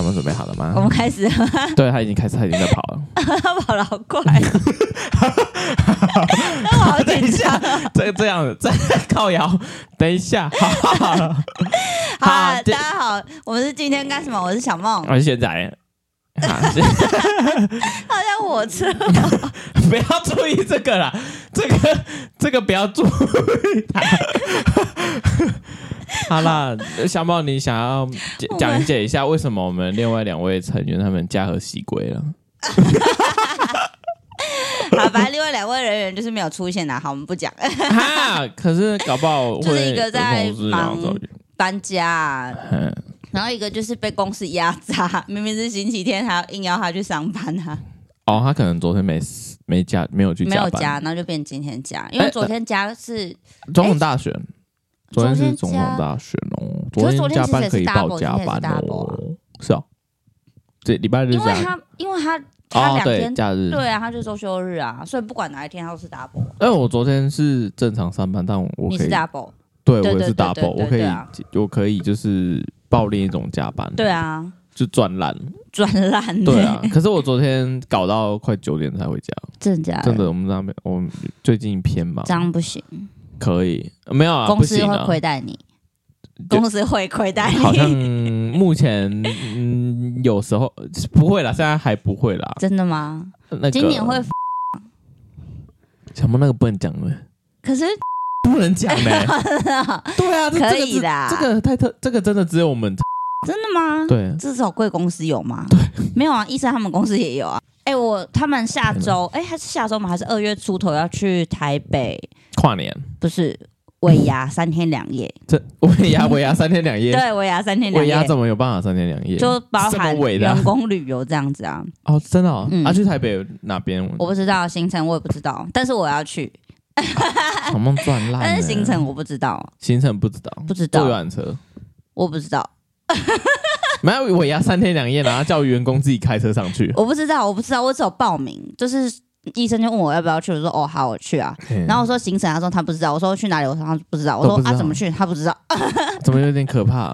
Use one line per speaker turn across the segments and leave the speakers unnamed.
吗
我？们开始
对他已经开始，他已经在跑了。
跑得好快，那我好紧张啊！
这这样 这靠摇，等一下，哈哈哈。
好啊，
这
大家好，我们是今天干什么？我是小梦，
我是现在，啊 是
好像我吃了
不要注意这个啦，这个这个不要注意它。 好啦，小宝，你想要解
我们
讲解一下为什么我们另外两位成员他们家和喜归 了？
好，反正另外两位人员就是没有出现啊啦。好，我们不讲
哈，可是搞不好会
就是一个
有
在
同事然后
忙
走人
搬家啊，
嗯
然后一个就是被公司压榨，明明是星期天，还要硬要他去上班啊，
哦，他可能昨天没没加，没有去
没有
班。
加，然后就变今天加，因为
哎
昨天加是
总统大
哎
选，昨天是总
昨天加
统大选哦，
可是
天加班可以报
昨天
加
其实也
班
是 double，
哦，是哦，这礼拜日
因
这
为
样。
他因为他他
哦，
两
对，
天
假日。
对啊，他就周休日啊，所以不管哪一天他都是 double，
但我昨天是正常上班，但我
你
可
是
以，
double，
对
对
我也
对
是
对
double，我
对
可
对啊
以，我可以就是爆另一种加班，
对，啊，
就赚烂，
转烂呢，
对啊。 可是我昨天搞到快九点才回家，
真的假的
真的，我们那边我们最近偏忙，
这样不行，
可以没有啊，
公
不
司
行
会
啊，
亏待你，
就
公司会亏待
好像
你，
目前嗯有时候不会啦，现在还不会啦。
真的吗？
那个
今年会，
小猫那个不能讲了，
可是
不能讲 嘞。对啊，这
可
这个
以
只
啦
这个太特，这个真的只有我 们
真的吗？
对。
至少贵公司有吗？没有啊，医生他们公司也有啊。哎、我他们下周，哎、还是下周吗？还是二月出头要去台北？
跨年，
不是尾牙三天两夜，
这尾牙尾牙三天两夜，
对，尾牙三天两
尾牙
夜，
怎么有办法三天两夜？
就包
这么
含
尾的啊
员工旅游这样子啊。
哦，真的哦
嗯
啊，去台北哪边？
我不知道行程，我也不知道，但是我要去，
好梦赚烂。
但是行程我不知道，
行程不知道，
不知
坐游
道，
览车。
我不知道，
没有尾牙三天两夜，然后叫员工自己开车上去。
我不知道，我不知道，我只有报名，就是医生就问我要不要去，我说哦好，我去啊。然后我说行程，他说他不知道，我说去哪里，我说他不知道，我
哎都
说
不知
啊
道
怎么去，他不知道，
怎么有点可 怕、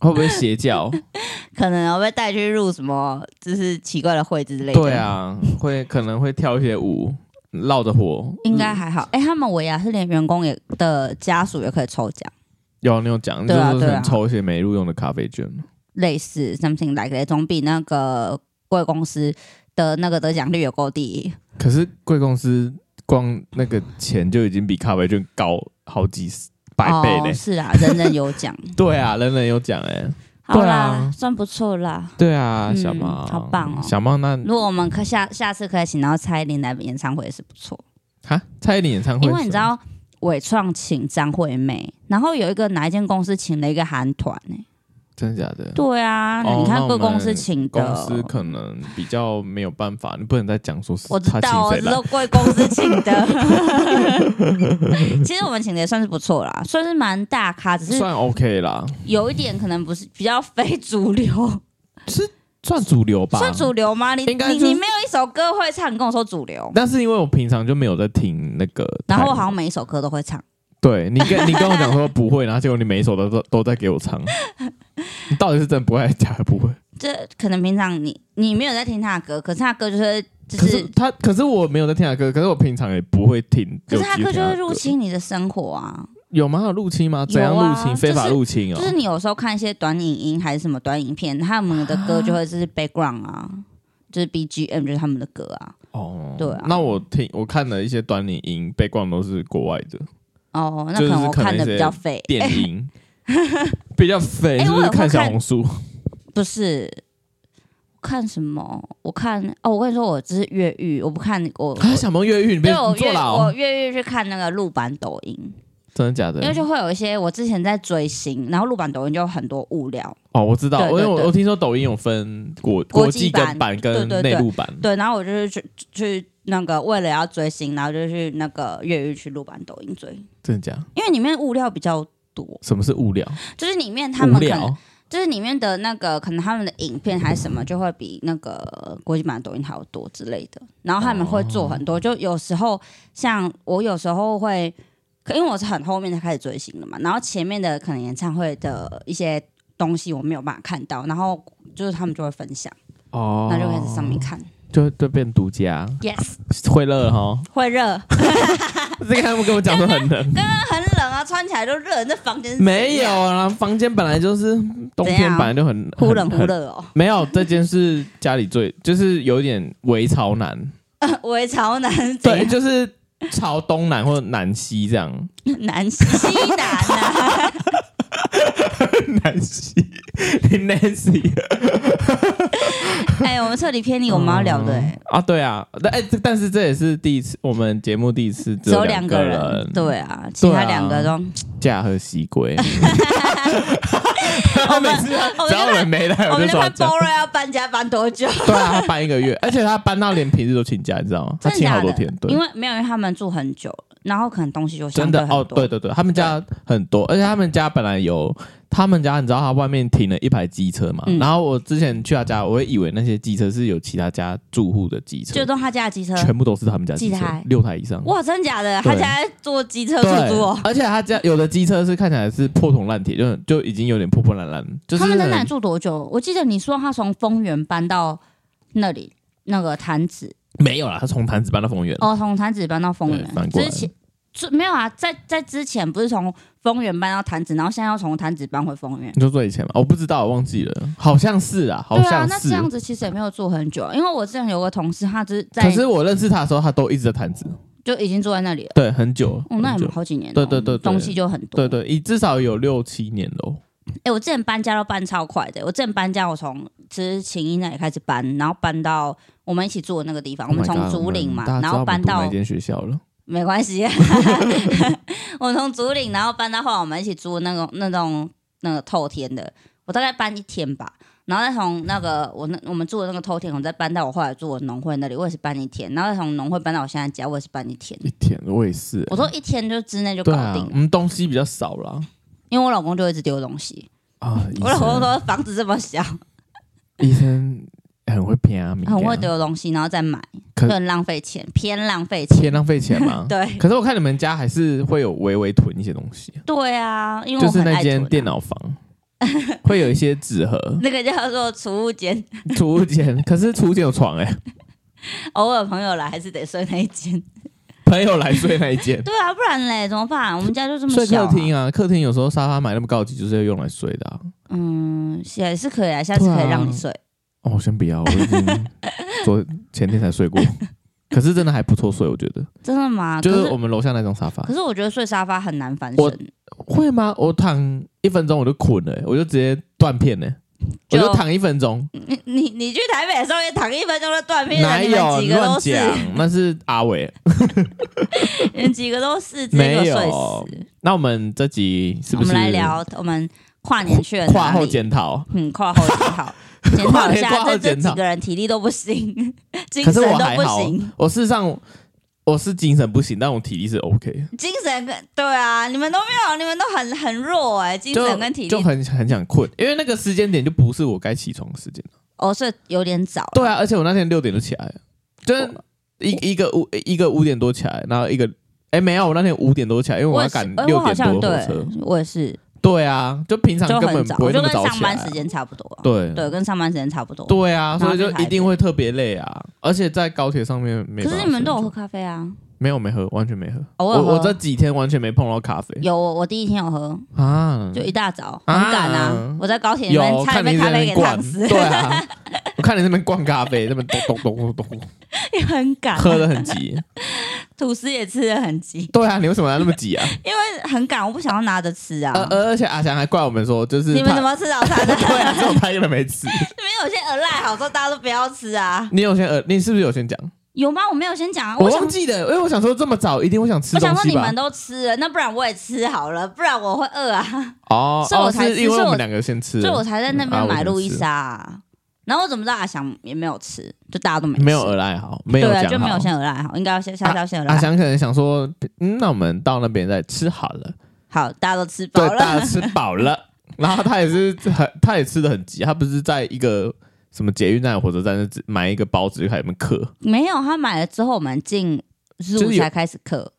会不会邪教？
可能我被带去入什么就是奇怪的会之类的。
对，啊，会可能会跳一些舞，绕着火。
应该还好。哎、他们维亚是连员工也的家属也可以抽奖，
有你有讲，
对啊
就是可
对啊
能抽一些没录用的咖啡券。
类似 something like that，总比那个贵公司的那个得奖率有够低。
可是贵公司光那个钱就已经比咖啡券高好几十百倍嘞、
哦，是啦，人人有奖，
对啊，人人有奖哎、
好
对
啦，
啊
算不错啦。
对啊，
嗯
小猫、
好棒哦
小猫那
如果我们可下下次可以请到蔡依林来演唱会也是不错，
哈蔡依林演唱会，
因为你知，道伟创请张惠妹，然后有一个哪一间公司请了一个韩团呢、
真的假的？
对啊，
嗯哦
你看
那
各
我们
公司请
公
的，
司可能比较没有办法，你不能再讲说是
我知
他请
道，我
谁
知
来
道。贵公 司请的。 其实我们请的也算是不错啦，算是蛮大咖，只是
算 OK 啦，
有一点可能不是比较非主流，
算主流吧，
算主流吗？你
应该
你
就是
你没有一首歌会唱，你跟我说主流，
但是因为我平常就没有在听那个台，
然后我好像每一首歌都会唱，
对你跟你跟我讲说不会， 然后结果你每一首都都都在给我 唱，你到底是真的不会还是假的不会？
这可能平常你你没有在听他的歌，可是他的歌就是就
可是
是。
他，可是我没有在听他的歌，可是我平常也不会听。
可是他
有
歌
机
就
会听他
会
的
入侵你的生活啊，
有吗？有入侵吗？怎样
有啊
入侵？非法入侵
就
哦。
是你有时候看一些短影音还是什么短影片，他们的歌就会就是 background 啊，就是 BGM 就是他们的歌啊。
哦，
对啊
那我听我看了一些短影音，背光都是国外 的
哦，
就
那可
是
能我
可能
看的
一些
比较废，
电音， 比较肥，
哎
是不
我
是
有
看
看
小红书？
不是看什么？我看哦，我跟你说，我只是越狱，我不看我。我
啊，小萌越狱，你被
对，我
你
越
坐
我
牢？啊
越狱去看那个录版抖音，
真的假的
因？为就会有一些我之前在追星，然后录版抖音就有很多物料，
哦，我知道，
对
因
对
为我
对
我听说抖音有分国
国
际
际
跟
版
版跟
对对
内
对
陆版，
对，然后我就是去去那个为了要追星，然后就去那个越狱去录版抖音追，
真的假？
因为里面物料比较多，
什么是物料？
就是里面他
无
们可能
聊
就是里面的那个可能他们的影片还是什么，就会比那个国际版的抖音还要多之类的。然后他们会做很多，就有时候像我有时候会，可因为我是很后面才开始追星的嘛，然后前面的可能演唱会的一些东西我没有办法看到，然后就是他们就会分享，
哦，
那就开始上面看。
就就变独家，
Yes，
会热 哈。
会热，
这个他们跟我讲说很 冷，
很冷啊，穿起来就热，那房间是怎
没有
样
啊，房间本来就是冬天
怎样
本来就很
忽冷忽。
很很
热 哦，
没有，这间是家里最就是有点微潮南，
围朝南是怎
对，
样
就是朝东南或南西这样。
南西南啊，
南西 ，Nancy，
哎，我们彻底偏离我们要聊的哎，
啊，对啊，但哎、这但是这也是第一次，我们节目第一次
只有
两
两个
人
人，，对啊，其他两个都，
驾鹤西 归。啊他每次
我们
只要我们没来，
我
我
们
就
就
说
看
这样
Bora 要搬家搬多久？
对啊，他搬一个 月，而且他搬到连平日都请假，你知道吗？ 他
真的
请好
假
多
的？
天，对
因，为没有，因为他们住很久了，然后可能东西就相
真
对
的
很多。
哦，对对对，他们家很多，而且他们家本来有，他们家你知道他外面停了一排机车嘛，
嗯
然后我之前去他家，我会以为那些机车是有其他家住户的机车
就，都他家的机车。
全部都是他们家机车
几台，
六台以上。
哇，真假的？
对
他家在做机车出租
对
哦，。
而且他家有的机车是看起来是破铜烂铁，就就已经有点破破烂烂，就是
他们在
很
那里住多久？我记得你说他从丰原搬到那里，那个潭子
没有啦，他从坛子搬到丰原，
哦，从潭子搬到丰
对搬
原
过来
之前。就没有啊，在在之前不是从丰原搬到潭子，然后现在要从潭子搬回丰原。
你就说以前嘛，我不知道，我忘记了，好像是啊，好
对啊，
像
那
是
这。样子其实也没有住很久，啊因为我之前有个同事，他只是在
可是我认识他的时候，他都一直在坛子，
就已经住在那里了。
对，很久，
哦，那
很
也
久，
好几年了
对
哦，
对对对
东西就很
对
多。
对，一至少有六七年哦喽。
哎、我之前搬家都搬超快的。我之前搬家，我从其实晴一那里开始搬，然后搬到我们一起住的那个地方。我们
Oh my
从
God，
竹林嘛
我们大，家知道
然
我
后
们
搬
读哪
到
一间学校了？
没关系， 我从竹林，然后搬到后来我们一起住的那种那种那个透天的，我大概搬一天吧。然后再从那个我那我们住的那个透天，我再搬到我后来住的农会那里，我也是搬一天。然后再从农会搬到我现在家，我也是搬一天。
一天，我也是、欸
我说一天就之内就搞
对啊
定，了，
我们东西比较少啦。
因为我老公就一直丢东西。
啊，
我老公说房子这么小，
医生很会偏啊，敏感
很会丢东西，然后再买，
可
就很浪费钱，偏浪费钱。
偏浪费钱嘛。
对
可是我看你们家还是会有微微囤一些东西，
对啊，因为
就
我
是
很
那
爱囤
间
啊
电，脑房会有一些纸盒、
那个叫做储物间，
储物间，可是储物间有床哎、
偶尔朋友来还是得睡那一 间。。
朋友来睡那一间
对啊，不然嘞怎么办？我们家就这么
睡
小、
客
啊，
厅啊，客厅有时候沙发买那么高级，就是要用来睡的、啊。
嗯，也是可以啊，下次可以让你睡。
哦，我先不要，我已经 昨前天才睡过，可是真的还不错睡，我觉得。
真的吗？
就
啊可
是
是
我们楼下那张沙发
可，是我觉得睡沙发很难翻
我
身，
会吗？我躺一分钟我就困了欸、我就直接断片了欸、我
就
就躺一分钟，
你你你去台北的时候也躺一分钟就断片了，
哪
你
有
们几个
乱
都是，
讲？那是阿伟，
你们几个都是直接给我
没
睡
有
死。
那我们这集是
我
不是
们来聊我们跨年去了
跨
哪
后
里？
检讨？
嗯，跨后检讨，检讨 一
跨
下，
后
这这
检讨
几个人体力都不行， 精
可
神
是我
都
还
不
好
行，，
我事实上我是精神不行，但我体力是 OK，
精神跟对啊，你们都没有，你们都很很弱哎、精
就
神跟体
就
力。
很很想困，因为那个时间点就不是我该起床的时间。
哦，睡有点早，
对啊，而且我那天六点就起来了，就是一一个五一个五点多起来，然后一个哎、没有，我那天五点多起来，因为
我
我要
也是
赶
哎
六
我好
点
像
多的火
对
车。，
我也是，
对啊，就平常
就
根本
很早，
不
我
会
就
那么
跟
早
上
起来
班
啊
时。间差不多，
对
对，跟上班时间差不多。
对啊，
然后
所以就
去台
一定会特别累啊，而且在高铁上面没办法
可
睡觉。
是你们都有喝咖啡啊？
没有没喝，完全没喝。
偶尔
我
喝
我这几天完全没碰到咖啡
有，我我第一天有喝，
啊，
就一大早，
啊
很赶啊！我在高铁里面
有
差
看
点
你
被
在
咖
那
啡
边
给烫
灌，
死，
对啊，我看你在那边灌咖啡，那边咚咚咚咚咚，
也很赶啊，
喝的很急。
吐司也吃的很急，
对啊，你为什么要那么急啊？
因为很赶，我不想要拿着吃啊。
而而而且阿翔还怪我们说，呃就是
你们
他
怎么吃早餐的？
对啊，只有他一个人没吃。
这边有些鹅赖好说大家都不要吃啊，
你有先呃，你是不是有先讲？
有吗？我没有先讲啊，
我
我想
忘。记了，因为我想说这么早一定会想吃
我想
东西
说你
吧
们。都吃了，那不然我也吃好了，不然我会饿啊，
哦，
是我
哦
才
是
吃
因为
是
我们
我
两个先吃
所
了，
以我才在那
嗯啊
边买路易
我先吃
莎啊。然后我怎么知道阿翔也没有吃，就大家都没吃
没有鹅来好，没有
对啊，
讲
就没有
好啊
先鹅赖好，应该要先下次要先
阿
鹅赖好。
翔可能想说，嗯，那我们到那边再吃好了，
好，大家都吃饱
对，大
了
家，吃饱 了。然后他也是很，他也吃的很急，他不是在一个什么捷运站、火车站就只买一个包子就开始嗑
没有他买了之后，我们进
就是
zoo
有
才开始嗑。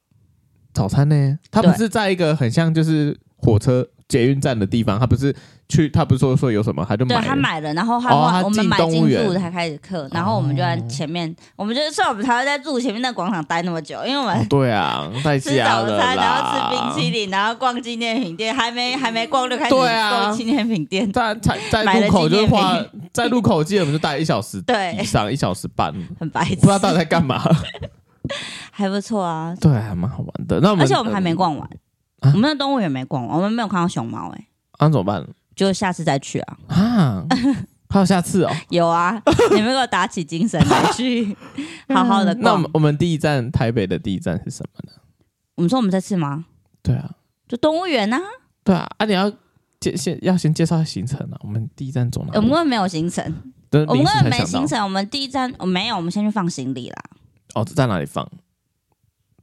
早餐呢。他不
对
是在一个很像就是火车捷运站的地方，他不是去，他不是说说有什么，他就
对
买
他
了
买了，然后他、
哦他
我们
进
买
动物
进
园
入才开始刻，然后我们就在
哦
前面，我们就是算我们才会在入前面那广场待那么久，因 为我
哦
们
对啊，太
吃
瞎
早
了
餐，然
啦
后吃冰淇淋，然后逛纪念品店，还没还没逛就开始
对啊
逛纪念品店，
在在
买
在
了
路口
纪
就
念
花，在路口记得我们就待一小时
对
以上，一小时半，不
很白痴，
知道到底在干 嘛。
还不错啊。
对，还蛮好玩的。那我们
而且我们还没逛完，
啊
我们的动物园没逛完，我们没有看到熊猫、欸，哎，
那、啊怎么办
就下次再去啊。
啊？还有下次哦。
有 啊，你们给我打起精神来去 好好的
嗯那我
逛。
们我们第一站台北的第一站是什么呢？
我们说我们这次吗？
对啊，
就动物园啊，
对啊，啊你要介先要先介绍行程啊。我们第一站走哪里？
我们根本没有行程。
等
我们
临
根
时
本
才
没
想
行
到
程，我们第一站哦没有，我们先去放行李啦。
哦，在哪里放？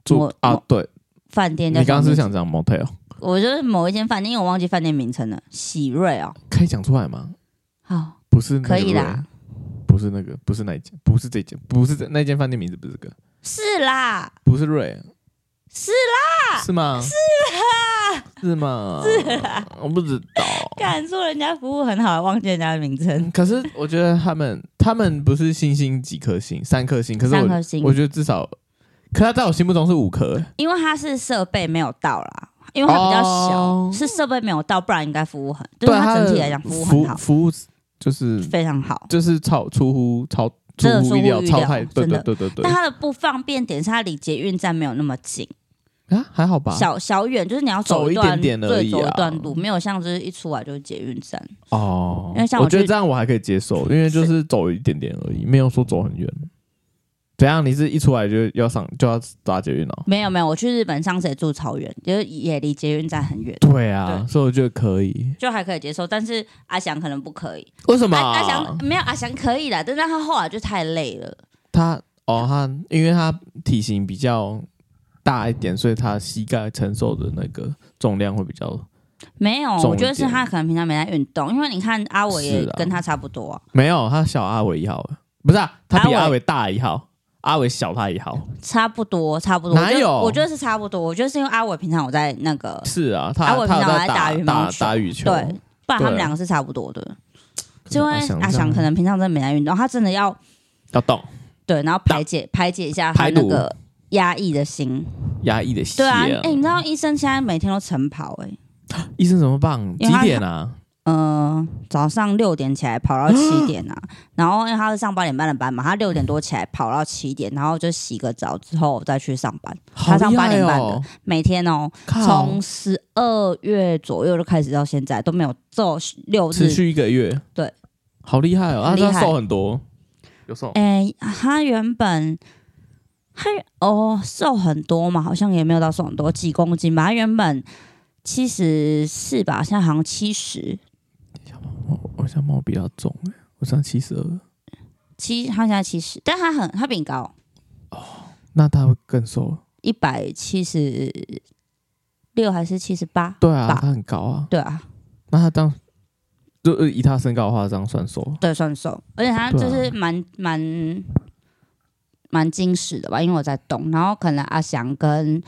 住
我
啊
我，
对
饭店
你
叫
刚刚
什么
是
名字，
想讲 motel，
我就是某一间饭店，因为我忘记饭店名称了，喜瑞哦，
可以讲出来吗？
好、
不是那个
可以啦，
不是那个，不是那一间，不是这间，不是这那间饭店名字不是这个，
是啦，
不是瑞，
是
啦，是吗？是啦，是吗？是啦，我不知道。
敢说人家服务很好，忘记人家的名称，
可是我觉得他们他们不是星星几颗星，三颗星，可是
三颗星
我我觉得至少，可他在我心目中是五颗，
因为它是设备没有到啦，因为它比较小，
哦
是设备没有到，不然应该服务很，就是
他
它整体
的
来讲服务
服
很好，
服务就是
非常好。
就是超出乎超出
真的
乎
出
意
乎
料，
预
超
料
太对
真
对
的
对对对
但它的不方便点是它离捷运站没有那么近，
啊，还好吧？
小小远，就是你要
走
一
一
段
点点而
对
已
走一
啊
段路，没有像就是一出来就是捷运站。
哦，
因为像
我
我
觉得
去
这样我还可以接受，因为就是走一点点而已，没有说走很远。怎样？你是一出来就要上就要搭捷运哦？
没有没有，我去日本上次也住草原，就是也离捷运站很远，
对啊，
对
所以我觉得可以。
就还可以接受。但是阿翔可能不可以，
为什么？
阿阿翔没有阿翔可以啦，但是他后来就太累了，
他哦，他因为他体型比较大一点，所以他膝盖承受的那个重量会比较
没有，
重
我觉得
一
是
点
他可能平常没在运动，因为你看阿伟也
是啊
跟他差不多啊、
没有。他小阿伟一号，不是啊，他比
阿伟
阿伟大一号，阿伟小他一号。
差不多差不多，
哪
我觉得
有
我觉得是差不多，我觉得是因为阿伟平常我在那个
是啊，他
阿伟
他有
平常
在
还打羽毛
打
球
打羽球，
对，不然他
对
们两个是差不多的，
啊可是
就因为
阿翔
阿
这
翔
样
可能平常真的没在运动，他真的要
要动
对，然后排解排解一下他
排
那
毒
个压抑的心。
压抑的血。
对啊，哎、你知道医生现在每天都晨跑哎、欸，
医生怎么办？几
因为他
点啊？
呃，早上六点起来跑到七点 啊，然后因为他是上八点半的班嘛，他六点多起来跑到七点，然后就洗个澡之后再去上班，
好
他上
厉
八
害
点半的
哦！
每天哦，
靠
从十二月左右就开始到现在都没有做六
持
日。
续一个月，
对，
好厉害哦！啊，
很厉
他
害
瘦很多，有瘦
哎、他原本他哦瘦很多嘛，好像也没有到瘦很多，几公斤吧。他原本七十四吧，现在好像七十
我我像猫比较重哎，我像七十二，
七，他现在七十，但他很他比你高。
那他会更瘦。
一百七十六还是七十八？
对啊，
吧
他很高啊。
对啊，
那他当就呃以他身高的话，这样算瘦。
对，算瘦，而且他
对啊
就是蛮蛮蛮精实的吧，因为我在动，然后可能阿翔跟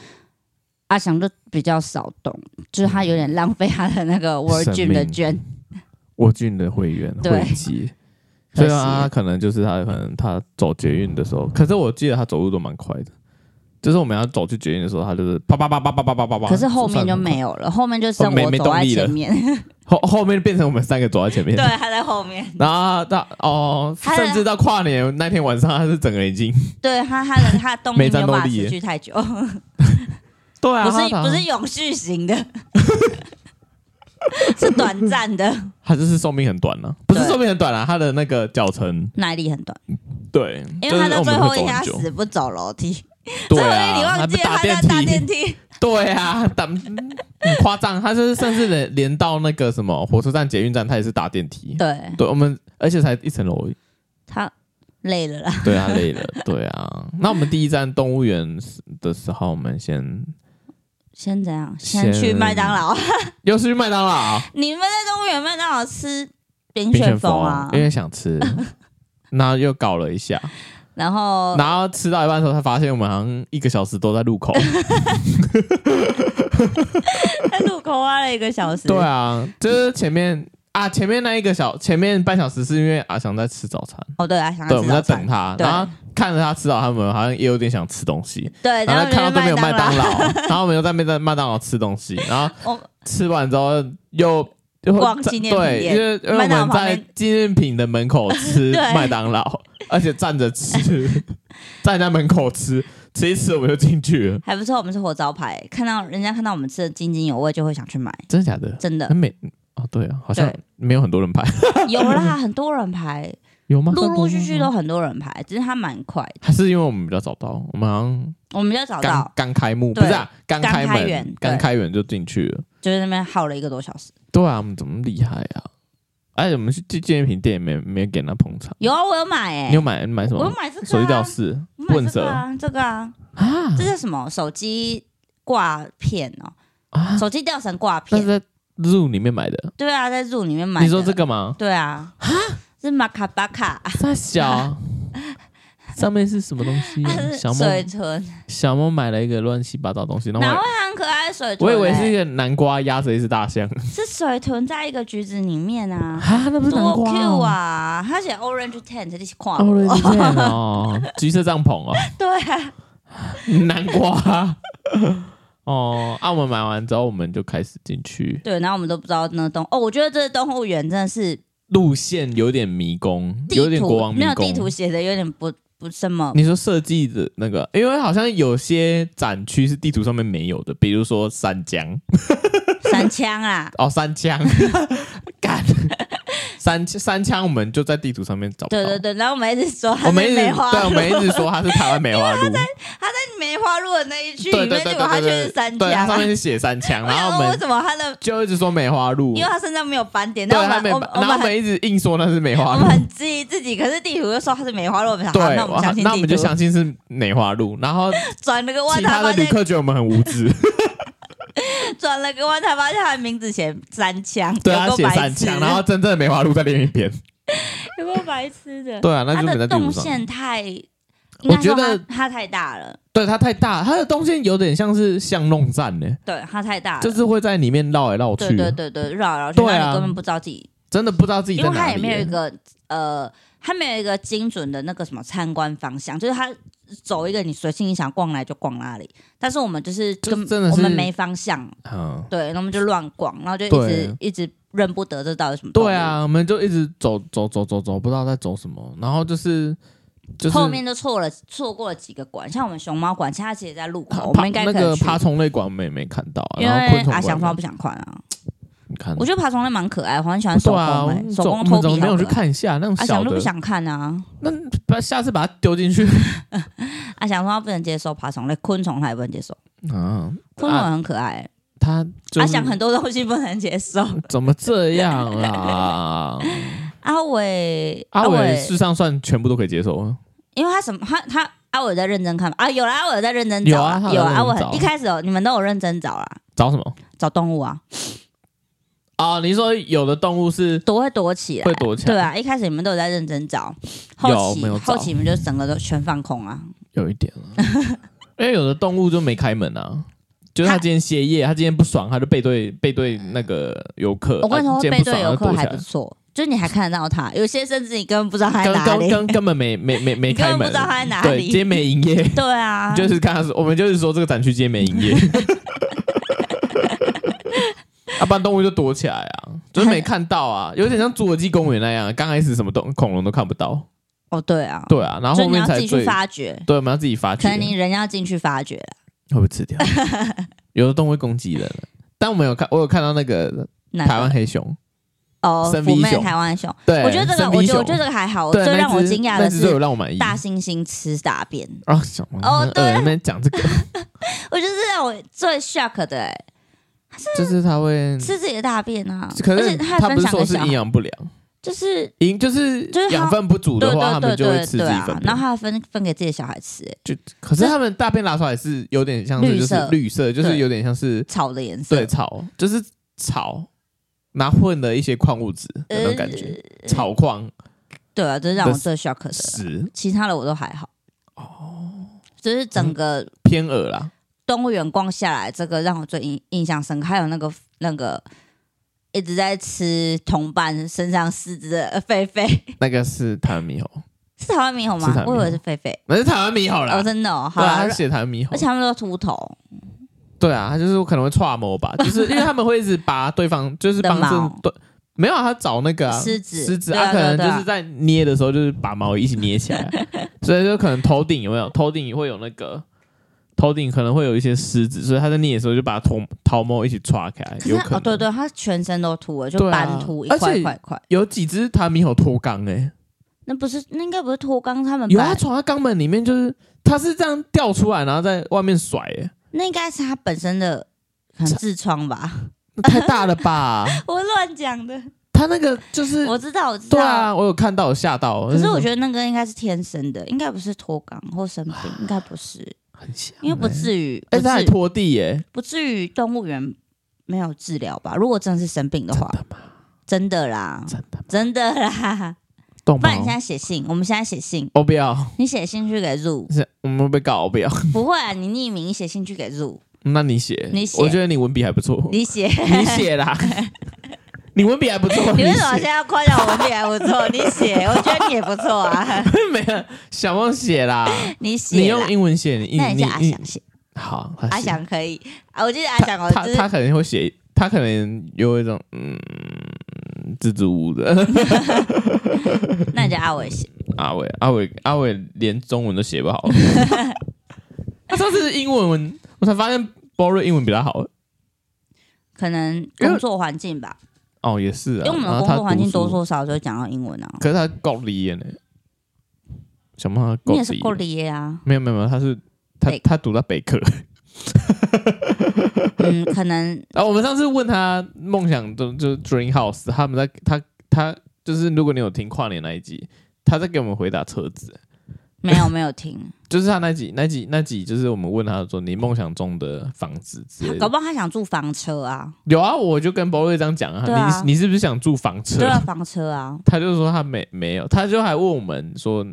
阿翔就比较少动，就是他有点浪费他的 那个 w o r
生
d 的
命
券，
我俊的会员
对
会 籍，
可
所以
惜
啊，他可能就是他可能他走捷运的时候，可是我记得他走路都蛮快的，就是我们要走去捷运的时候，他就是啪啪啪啪啪啪啪啪啪，
可是后面就没
有
有了，后面就剩
哦没
我
没
走
动
在
力了
前面，
后后面变成我们三个走在前面
对，，他在 后面，
然后到哦，
他
甚至到跨年那天晚上，他是整个人已经
对他他的他的动力
没
没
战
有办
斗
法
力耶
持续太 久，
对啊，
不是
他
不是永续型的， 是短暂的，
他就是寿命很短了、不是
对
寿命很短了、啊他的那个脚程
耐力很短。
对，
因为他
就是哦
到
我
最
们
后
会
一
走
天
很
他
久
死不走楼梯，
对
最后一天
啊，
你
他
忘
不
记了
打
他在
电
搭
梯
电梯，
对啊，打嗯很夸张，他就是甚至连连到那个什么火车站、捷运站，他也是搭电梯。
对
对，我们而且才一层楼而已，
他累了啦。
对啊，累 了，对啊。那我们第一站动物园的时候，我们先
先怎样？
先
先去麦当劳。
又是去麦当劳、
你们在动物园麦当劳吃冰
冰
旋
旋
风啊
因？为想吃，然后又搞了一下，
然后
然后吃到一半的时候，他发现我们好像一个小时都在路口。
在路口挖了一个小时。
对啊，就是前面啊，前面那一个小，前面半小时是因为阿翔在吃早餐，
哦对啊，想
对，
要
我
吃
们在
早
等
餐。
他，
对
然后看着他吃早餐，我们好像也有点想吃东西，
对，
然后
就
看到对面有麦当
劳。
劳，然后我们又在那在麦当劳吃东西，然后
我
吃完之后又。又
逛
在
纪念品
对，因
店
为因为我
麦当劳
们
旁
在
边
纪念品的门口吃
对
麦当 劳，而且站着吃， 站在门口吃，吃一吃我们就进去了，
还不错，我们是活招牌，看到人家看到我们吃的津津有味，就会想去买。
真的假的？
真的
那每哦对啊，好像
对
没有很多人排，
有啦，很多人排，
有吗？
陆陆续
上
续
多吗
都很多人排，只是它蛮快的。
还是因为我们比较早到，我们好像
我们就找
刚
到，
刚开幕，不
对
是啊，刚开
刚开园
门，刚
对
开园就进去了。
就是那边耗了一个多小时。
对啊，我们怎么厉害啊？而且我们去纪念品店也没没给人家捧场。
有啊，我有买哎、
你有买买什
我有
么？
买这个、啊，
手机吊饰、
我买
棍
这
蛇
个啊，这个啊，
啊
这是什么手机挂片哦、
啊！
手机吊绳挂
但是
片，
在 Zoo 里面买的，
对啊，在 Zoo 里面买的。
你说这？个吗？
对啊，是马卡巴卡，
太 小，上面是什么东西啊？小
水
梦
豚，
小梦买了一个乱七八糟东西，然
然后
后
它很可爱的水
我
豚、
我
欸，
以为是一个南瓜压着一只大象
是水豚在一个橘子里面啊，
啊，那不是南
多
瓜
Q
哦
啊！它写 Orange Tent，这是跨
哦，是这样哦，橘色帐篷哦。
对啊，
南瓜。 哦，啊，我们买完之后，我们就开始进去，
对，然后我们都不知道那个动哦，我觉得这动物园真的是
路线有点迷宫，
地
有点
图
国王迷
没有地图
宫。
写的有点不不什么，
你说设计的那个，因为好像有些展区是地图上面没有的，比如说三江
三枪啊，
哦，三江， 干三三江，我们就在地图上面找不到。
对对对，然后我们一直说它
我
是
们一直
梅花
对，我
鹿，
们一直说它是台湾梅花 鹿，
梅花鹿的那一区
对
里
对对
面，结
对
果
对
它却
对
是三
对，它
枪
上面
啊。
是写三枪，
我
然后
想
我
说为
们
什么它的，
就一直说梅花鹿，
因为它身上没有斑点，
对，
但我
它没
们我们我
然后我
们很
们一直硬说那是梅花
我
鹿
们，很质疑自己，可是地图又说它是梅花鹿，我们想
对
好，那我们相信
那我们就
地图，
相信是梅花鹿，然后
转了个弯
其
才
他
发
的旅
现
客觉得我们很无知，
转了个弯才发现他的名字写三枪，
对
有
他
够
写
白
三
痴
枪，然后真正的梅花鹿在另一边。
有够白痴的。
对啊，那
它
就没在
的
地图
动
上。
线太，应
我
该
觉
说
得
它它太大了，
对它太大，它的动线有点像是巷弄站呢，
对，它太大了，
就是会在里面绕来绕
啊对
去，
对对对，绕来绕去，
对啊
那你根本不知道自己，
真的不知道自己
因
在
为它
哪
也没有一
里。欸
个呃，它没有一个精准的那个什么参观方向，就是它走一个你随性你想逛哪里就逛哪里，但是我们就是
就是
跟
真的是
我们没方向，
嗯，
对，那我们就乱逛，然后就一
对
直一直认不得这到底什么，
对，啊，我们就一直走走走走走，不知道在走什么，然后就是就是
后面就错了错过了几个馆，像我们熊猫馆，现在其实也在路口，我
爬
们应该
那
可以
个
去。
爬虫类馆我们也没看到啊，
因
然后昆
为
虫
阿
馆
翔说他
馆
不想看啊，
你看，
我觉得爬虫类蛮可爱，我很喜欢手
对
工、
啊，我
欸
们
手
怎
工
我们
托
怎么
比
没有
好
去
可爱。
看一下那种
阿
小
翔就
的
不？想看啊，
那把下次把它丢进 去
阿啊翔说他不能接受爬虫类，昆虫他也不能接受，
啊！
昆虫很可爱、
他就是
阿啊翔很多东西不能 接受。
怎么这样 啊？
阿伟，
阿伟世上算全部都可以接受啊，
因为他什么，他他阿伟有在认真看吗啊，有啦，阿伟有在认真
有
找
啊
啦，
他有
有
在
啊，阿
认真
伟
找
很一开始有你们都有认真找啦，
找什么
找动物啊，
啊？你说有的动物是
躲会躲起来
会，躲起来，
对啊，一开始你们都有在认真找，
有
后
没
期
有找
后期你们就整个都全放空啊，
有一点 啊，因为有的动物就没开门啊。就是他今天歇业，他今天不爽，他就背对背对那个游客。
我跟你
啊
说，
今
背
天不
对
爽
游客
他就躲
还
起
不
来
错，就是你还看得到他，有些甚至你根本不知道他在
根
哪
根
里，
根根本没没没没
你根
开
本不
门
知，道他在哪
对，今
里。
天没营业。
对啊，
就是刚刚说，我们就是说这个展区今天没营 业，啊，不然动物就躲起来啊，就是没看到啊，有点像侏罗纪公园那样，刚开始什么动恐龙都看不到，
哦，对啊，
对啊，然后
所以
后
你
面
要
才
自己去
最，
发掘，
对，我们要自己发
可
掘，
能你人要进去发掘啦。
会不会 吃掉？有的动物会攻击人，但我们有看，我有看到那个
那个
台湾黑熊，
哦
生，
妩
啤
媚
熊
台湾熊，
对，
我觉得这个，
生
我
啤
觉得
熊
我觉得这个还好。
对
最让
那
我
只
惊讶
那
的
只最有
是
让我满意。
大猩猩吃大便，
啊，想
哦对
那边讲这 个，
我觉得这让我最 shock 的、欸，
就是它会，
吃自己的大便啊！
嗯可
而
是
且他还
它不
分
是
享
说
给
是
小
营
孩，
养不良。
就是
营就是
就是他
养分不足
对
的话，他
对
们
对
就会
对
吃
对
自己
啊
粪，
然
便。
后他还分分给自己的小孩吃、欸，
就可是他们大便拉出来是有点像是
绿
就是
色
绿色，就是
对
有点像是
草的颜色，
对草，就是
呃
草，拿混了一些矿物质的那种感觉，草矿
对啊，这是让我最 shock 的，
屎
其他的我都还好。哦，
嗯
就是整个
偏耳啦，
动物园逛下来，这个让我最印印象深刻。还有那个那个一直在吃同伴身上四肢的 狒狒，
那个是台湾猕猴，
是台湾猕猴
是
吗
台湾猕？猴
我以为是狒狒，
那是台湾猕猴啦
哦，。真的哦，好
对啊，
啦
他，写台湾猕猴
而且，他们都秃头，
对啊，他就是可能会串谋 吧，就是因为他们会一直拔对方，就是
的
帮
毛
正对，没有啊他找那个啊
狮子
狮子，
对啊
他可能
对啊对啊
就是在捏的时候就是把毛一起捏起 来，啊所以就可能头顶有没有，头顶也会有那个。头顶可能会有一些狮子，所以他在捏的时候就把头头毛一起抓开来，
可是
有
他
可
哦，对
能。
对，他全身都秃了，就
对啊
斑秃一
而
块
且
一块一块。
有几只台湾猕猴脱肛哎，
那不是，那应该不是脱肛，他们
有
本
啊，
来
从他肛门里面就是，他是这样掉出来，然后在外面甩、欸，
那应该是他本身的可能痔疮 吧？
那太大了 吧？
我乱讲的，
他那个就是，
我知道，我知
对
道。
啊，我有看到，我吓到。
可是我
得
觉得那个应该是天生的，应该不是脱肛或 生病，应该不是，
很像、
因为不，至于，
哎、
不
他还
至
拖地耶、
不至于动物园没有治疗吧？如果真的是生病的话，真的啦，
真的吗
真的啦。
动
不然你现
吗？
在写信，我们现在写信，
我不要，
你写信去 给 Zoo，
是我们会被告，我不要。
不会啊，你匿名写信去给 Zoo，
那你写，
你写
我觉得你文笔还不错，
你写。
你写 啦，你文笔还不错，
你为什么现
写
在要夸奖我文笔还不错？你写，我觉得你也不错啊。
没有小梦写啦，
你写啦，
你用英文写，你
那你
你
叫阿
你
翔写，
好，
阿
写
翔可以啊。我记得阿翔，
他
我
他
就是
他可能会写，他可能有一种嗯支支吾吾的。
那
嗯
你叫阿伟写。
阿伟阿伟阿伟连中文都写不 好，他上次是英文文，我才发现 b o r 英文比他好。
可能工作环境吧，
哦，也是啊，
因为我们的
然后
工
他
作环境
读
多
书，
多少少就会讲到英文啊。
可是他够离耶呢，想不到他
你
够
也是
离
够，厉害啊，
没有没有没有，他是他
北
他读到北科。
嗯，可能
啊然后我们上次问他梦想中就是 Dream House，他们在他他就是如果你有听跨年那一集，他在给我们回答车子，
没有没有 听，
就是他那集那集那集，就是我们问他说你梦想中的房子之类
搞
的。
不好他想住房车啊，
有啊，我就跟博瑞这样讲啊，
对啊
你你是不是想住房车？
对啊，房车啊，
他就说他没没有，他就还问我们说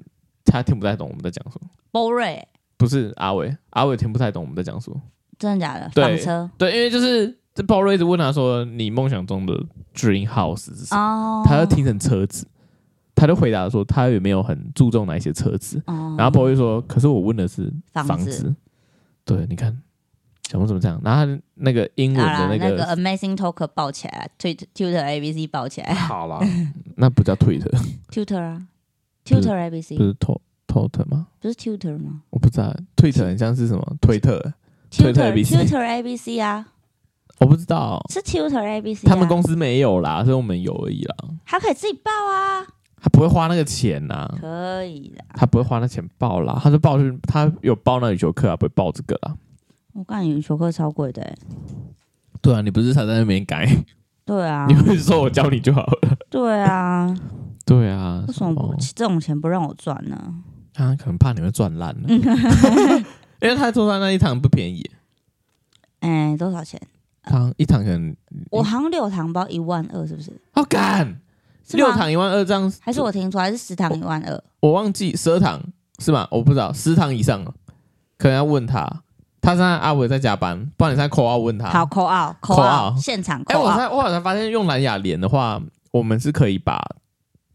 他听不太懂我们在讲什么。
波瑞，
不是阿伟，阿伟听不太懂我们在讲什么。
真的假的？
对
房车
对，因为就是这鲍瑞一直问他说你梦想中的 dream house 是什么，
哦，
他就听成车子，他就回答说他也没有很注重哪一些车子。
哦，
然后博瑞说：“可是我问的是
房
房
子
子。”对，你看，小梦怎么这样？然后他那个英文
好
的
啦，那
个，
个 Amazing Talk 抱起来，Tut- Tutor ABC 抱起来
好啦， 那不叫 Twitter，
，Tutor 啊
不是
，Tutor
不
ABC
是 Tot Tot 吗？
不是 Tutor 吗
我不知道，Twitter 很像是什么推特，Tutor
？Tutor
ABC
Tutor ABC 啊，
我不知道，
是 Tutor ABC，啊
他们公司没有啦，所以我们有而已啦。
他可以自己报啊，
他不会花那个钱呐，
可以的。
他不会花那钱报啦，他就报去，他有报那羽球课啊，不会报这个啦。
我感觉羽球课超贵的、欸，
对啊，你不是才在那边改，
对啊
你，不是说我教你就好了？
对 啊，
对啊，
为什么不
哦
这种钱不让我赚呢？
他可能怕你会赚烂了，因为他做他那一堂不便宜，
哎、多少钱？
他一堂可能
我好像六堂包一万二，是不是？
好干，
是吗
六堂一万二这样，
还是我听错？还是十堂一万二？
我忘记十二堂是吗？我不知道，十堂以上了，哦可能要问他。他现在阿伟在加班，不然你现在扣二问他。
好，扣二，扣
call
二，
out
现场
啊哎、
扣
我
二。
才我好像发现用蓝牙连的话，我们是可以把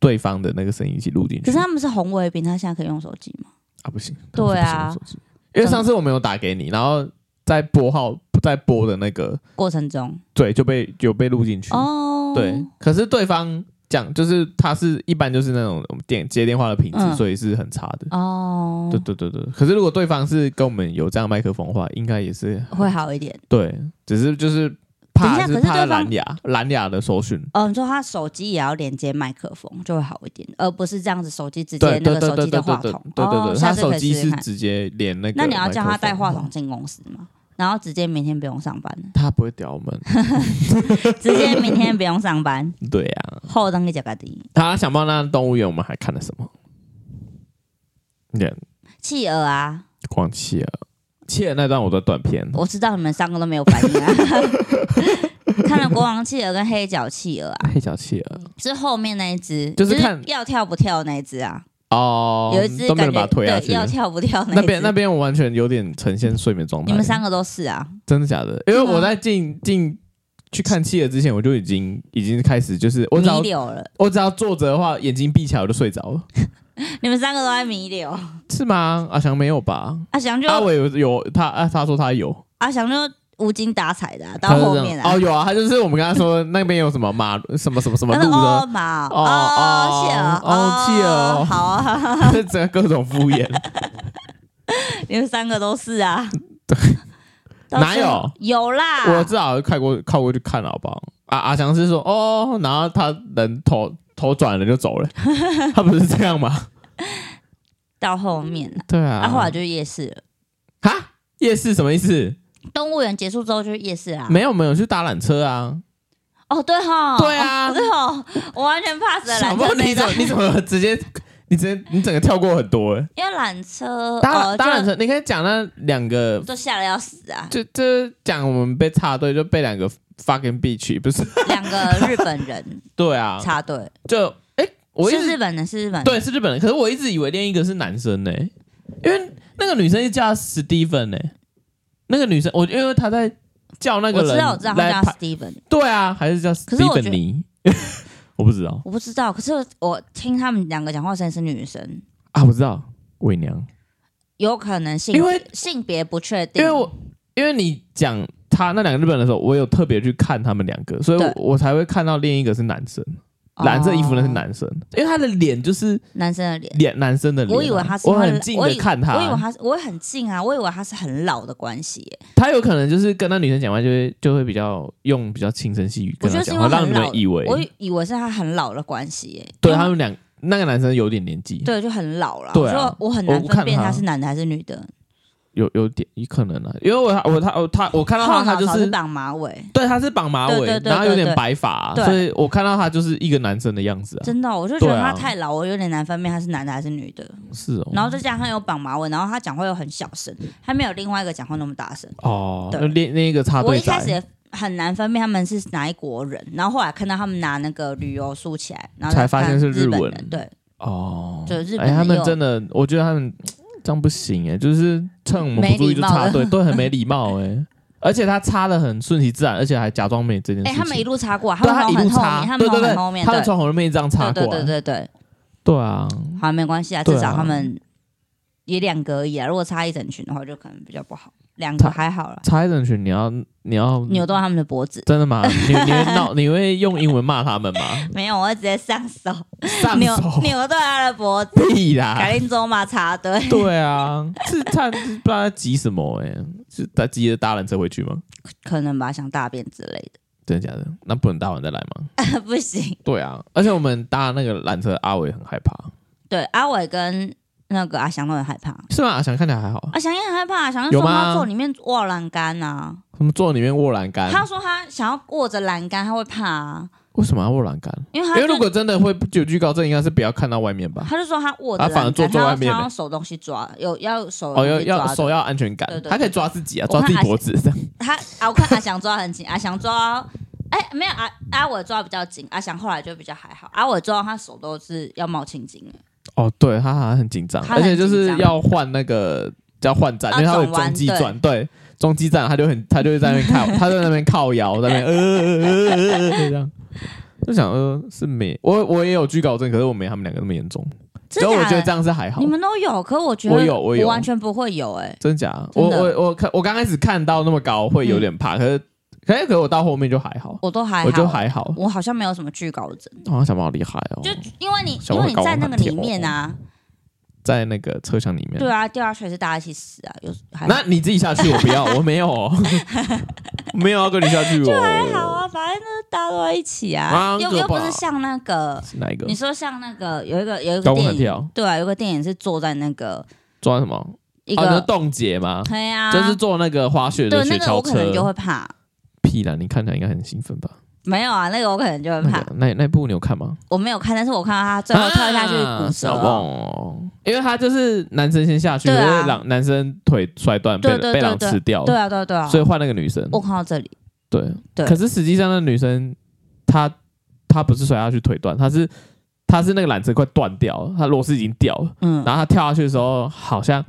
对方的那个声音一起录进去。
可是他们是红卫兵，他现在可以用手机吗？
啊，不行，
对啊
他们是不行用手机，因为上次我们有打给你，然后在拨号在拨的那个
过程中
对就被有被录进去。
哦，
对，可是对方讲就是他是一般就是那种电接电话的品质，
嗯
所以是很差的。
哦
对，对对对，可是如果对方是跟我们有这样麦克风的话，应该也是
会好一点。
对，只是就是
等一
怕
下
是
可是
怕
对方
蓝牙蓝牙的搜讯，
哦，你说他手机也要连接麦克风，就会好一点，而不是这样子手机直
对
接那
对
个
对
手
对
机
对对
的话
对
筒
对。对
哦，
对，
下
他
次
手
可以
机
试
是
试看。
直接连那个，
那你要叫他带话
嗯
筒，进公司吗？然后直接明天不用上班了，
他不会屌我们。
直接明天不用上班，
对呀，
后当个假个的。
他想帮那动物园，我们还看了什么？对，
企鹅啊，
光企鹅，企鹅那段我都断片了。
我知道你们三个都没有反应啊。看了国王企鹅跟黑脚企鹅啊，
黑脚企鹅
是后面那一只，
就是
是
看
要跳不跳那一只啊，
哦，
有一只
都没
感
人把
觉
它推下
对
去。
要跳不跳一
那
只
边那边我完全有点呈现睡眠状态。
你们三个都是啊，
真的假的？因为
是吗
我在进进去看企鹅之前，我就已经已经开始就是我只要
迷流了，
我只要坐着的话，眼睛闭起来我就睡着了，
你们三个都在迷流。
是吗？阿翔没有吧？
阿翔 就
阿伟有有他啊，他说他有，
阿翔就无精打采的啊、
他
到
是
后
这样
面
哦
啊，
有啊，他就是我们刚才说那边有什么马 什么什么什么
他
路
说 哦
的，
马
哦
哦
哦
企鹅
哦企鹅
好啊，
这整个各种敷衍，
你们三个都是啊，对
哪有
有啦，
我至少靠过靠过去看了，好不好？啊阿翔是说哦，然后他人头头转了就走了， 他不是这样 吗？
到后面了，
对啊，
啊后来就夜市了，
哈夜市什么意思？
动物园结束之后就是夜市啊，
没有没有去搭缆车啊？
哦对哈，
对啊
哦对哦，我完全 pass 了
想
缆
不
车
到
那
你
一
怎
段
么，你怎么直接你直接你整个跳过很多欸
因为缆车
搭
呃
搭缆
就
车，你可以讲那两个，
就吓得要死啊，
就就讲我们被插队就被两个 fucking bitch 不是？
两个日本人
对啊，
插队，
就哎、我一
是日
直
本人是日本人，
对是日本人，可是我一直以为另一个是男生呢、因为那个女生叫 Steven 呢、那个女生我因为她在叫那个
我知道我
人
知道他
来
叫
拍，
Steven。
对啊，还是叫
可是我觉
Steven
得
尼， 我不知道
我不知道，可是我我听他们两个讲话声音是女生，
啊，我知道伪娘。
有可能性
因为
性别不确定，
因为我因为你讲他那两个日本人的时候，我有特别去看他们两个，所以
对
我我才会看到另一个是男生，
哦
蓝色衣服那是男生，因为他的脸就是
男生的脸。
脸男生的脸啊。
我以为他是
我很近
我
的
以
看
我以为
他，
他是，我很近啊，我以为他是很老的关系耶。
他有可能就是跟那女生讲话就会就会比较用比较轻声细语
我
跟
觉
他
得是
讲
因为
话，让
很
你
老，
们以为
我以为是他很老的关系耶。
对
因为
他们两那个男生有点年纪，
对就很老了，
对啊
所以我很难
我
分
看
辨
他
他是男的还是女的。
有有点有可能啊，因为我我他我他我看到他
后脑
他就
勺
是。
绑马尾，
对，他是绑马尾
对对，对
然后
对
有点
对
白发啊、
对
所以我看到他就是一个男生的样子啊。
真的哦、我就觉
对
得
啊
他太老，我有点难分辨他是男的还是女的。
是哦。
然后再加上他有绑马尾，然后他讲话又很小声，他没有另外一个讲话那么大声。
哦，
对
那另另一个插
我
队
一
仔
开始也很难分辨他们是哪一国人，然后后来看到他们拿那个旅游书起来，然后
才发现是
日
日文
本人，对，
哦，
就日本
哎，
人
他们
又
真的，我觉得他们这样不行哎，就是趁我们
没
不注意
礼
就
貌
插
的
队， 对，很没礼貌哎。而且他插的很顺其自然，而且还假装没这件事
哎、
情。
他们一路插过来，
嗯对啊
们
他一
从
路
很后
插
面，，他
对
们
对
从
对
很后，面，
他们从红妹这样插
对
过
对
来，
对对对，
对啊，
好，没关系啊，
对
至
啊
少他们也两个而已啊，如果插一整群的话，就可能比较不好，两个
他
还好啦，
插一整群，你要你要
扭断他们的脖子。
真的 吗？你你会闹，你会用英文骂他们吗？
没有，我会直接上手，
嗯上
扭
手啊
扭断他的脖 子，
屁啦
改！令走马插队。
对啊，是他不知道他急什么哎，是他急着搭缆车回去吗？
可能吧，想大便之类
真的假的？那不能搭完再来吗？
的， 不行。
对啊，而且我们搭那个缆车，阿伟很害怕，
对，阿伟跟那个阿翔都很害怕，
是吗？阿翔看起来还好，
阿翔也很害怕，啊阿翔
有
说他
吗
坐里面握栏杆啊，
他们坐里面握栏杆，
他说他想要握着栏杆，他会怕啊，
为什么要握栏杆？
因为
因
他
哎为如
就
果真的会有惧高症，应该是不要看到外面吧？
他就说他握着
他反而
栏
坐
杆，他
坐
要
外面
他
欸
要手东西抓，有要手
哦，要
东西抓
要
的，
手要安全感，
对对对
他可以抓自己啊，
我看
抓自己脖子 这样。
他啊，我看阿翔抓很紧，阿翔抓到。哎，没有阿阿伟抓比较紧，阿翔后来就比较还好。阿伟抓到他手都是要冒青筋了，
哦，对他好像很紧张，
他
而
很
且就是
紧张
要换那个叫换站，
啊
因为他有
转弯
中继
对
转，对中继站，他就很他就会在那边 靠，他就在那边靠摇，在那边呃呃呃呃呃呃这样。就想呃是没我我也有惧高症，可是我没他们两个那么严重。
真
所以
假
我觉得
的
这样是还好
你。们都有，可我觉得
我有我有
完全不会有、哎，
真假？
真
我
的
我我看我刚开始看到那么高会有点怕，可是可是可是我到后面就还好，
我都还好，
我就还 好。
我好像没有什么惧高症，
好像小猫好厉害哦，
就因为你
小
因
王
为你
高
在
王
那
很
个里
跳哦
面啊，
在那个车厢里面。
对啊，掉下去也是大家一起死啊，有还
那你自己下去，我不要，我没有 哦，没有要跟你下去
还
哦。
好啊，反正就是大家都在一起
啊
啊，又
这个
又不
吧
是像那个
是哪一个
你？说像那个有一个有一个
高空
电
弹
影，
跳
对啊，有一个电影是坐在那个
抓什么？
一
哦，那
个
冻结吗？
对啊，
就是坐那个滑雪
对
的雪
那个
橇
我可能就
车
会。怕，
屁啦，你看起来应该很兴奋吧？
没有啊，那个我可能就会
那
怕，
个那那部你有看吗？
我没有看，但是我看到他最后跳下去骨折啊
小
了，
梦，因为他就是男生先下去，
对啊
可是狼男生腿摔断，被
对对对
被狼
对
吃掉，
对啊对啊对啊
所，以换那个女生。
我看到这里，
对，
对
可是实际上那女生她她不是甩下去腿断，她是她是那个缆车快断掉了，她螺丝已经掉了，
嗯
然后她跳下去的时候好像，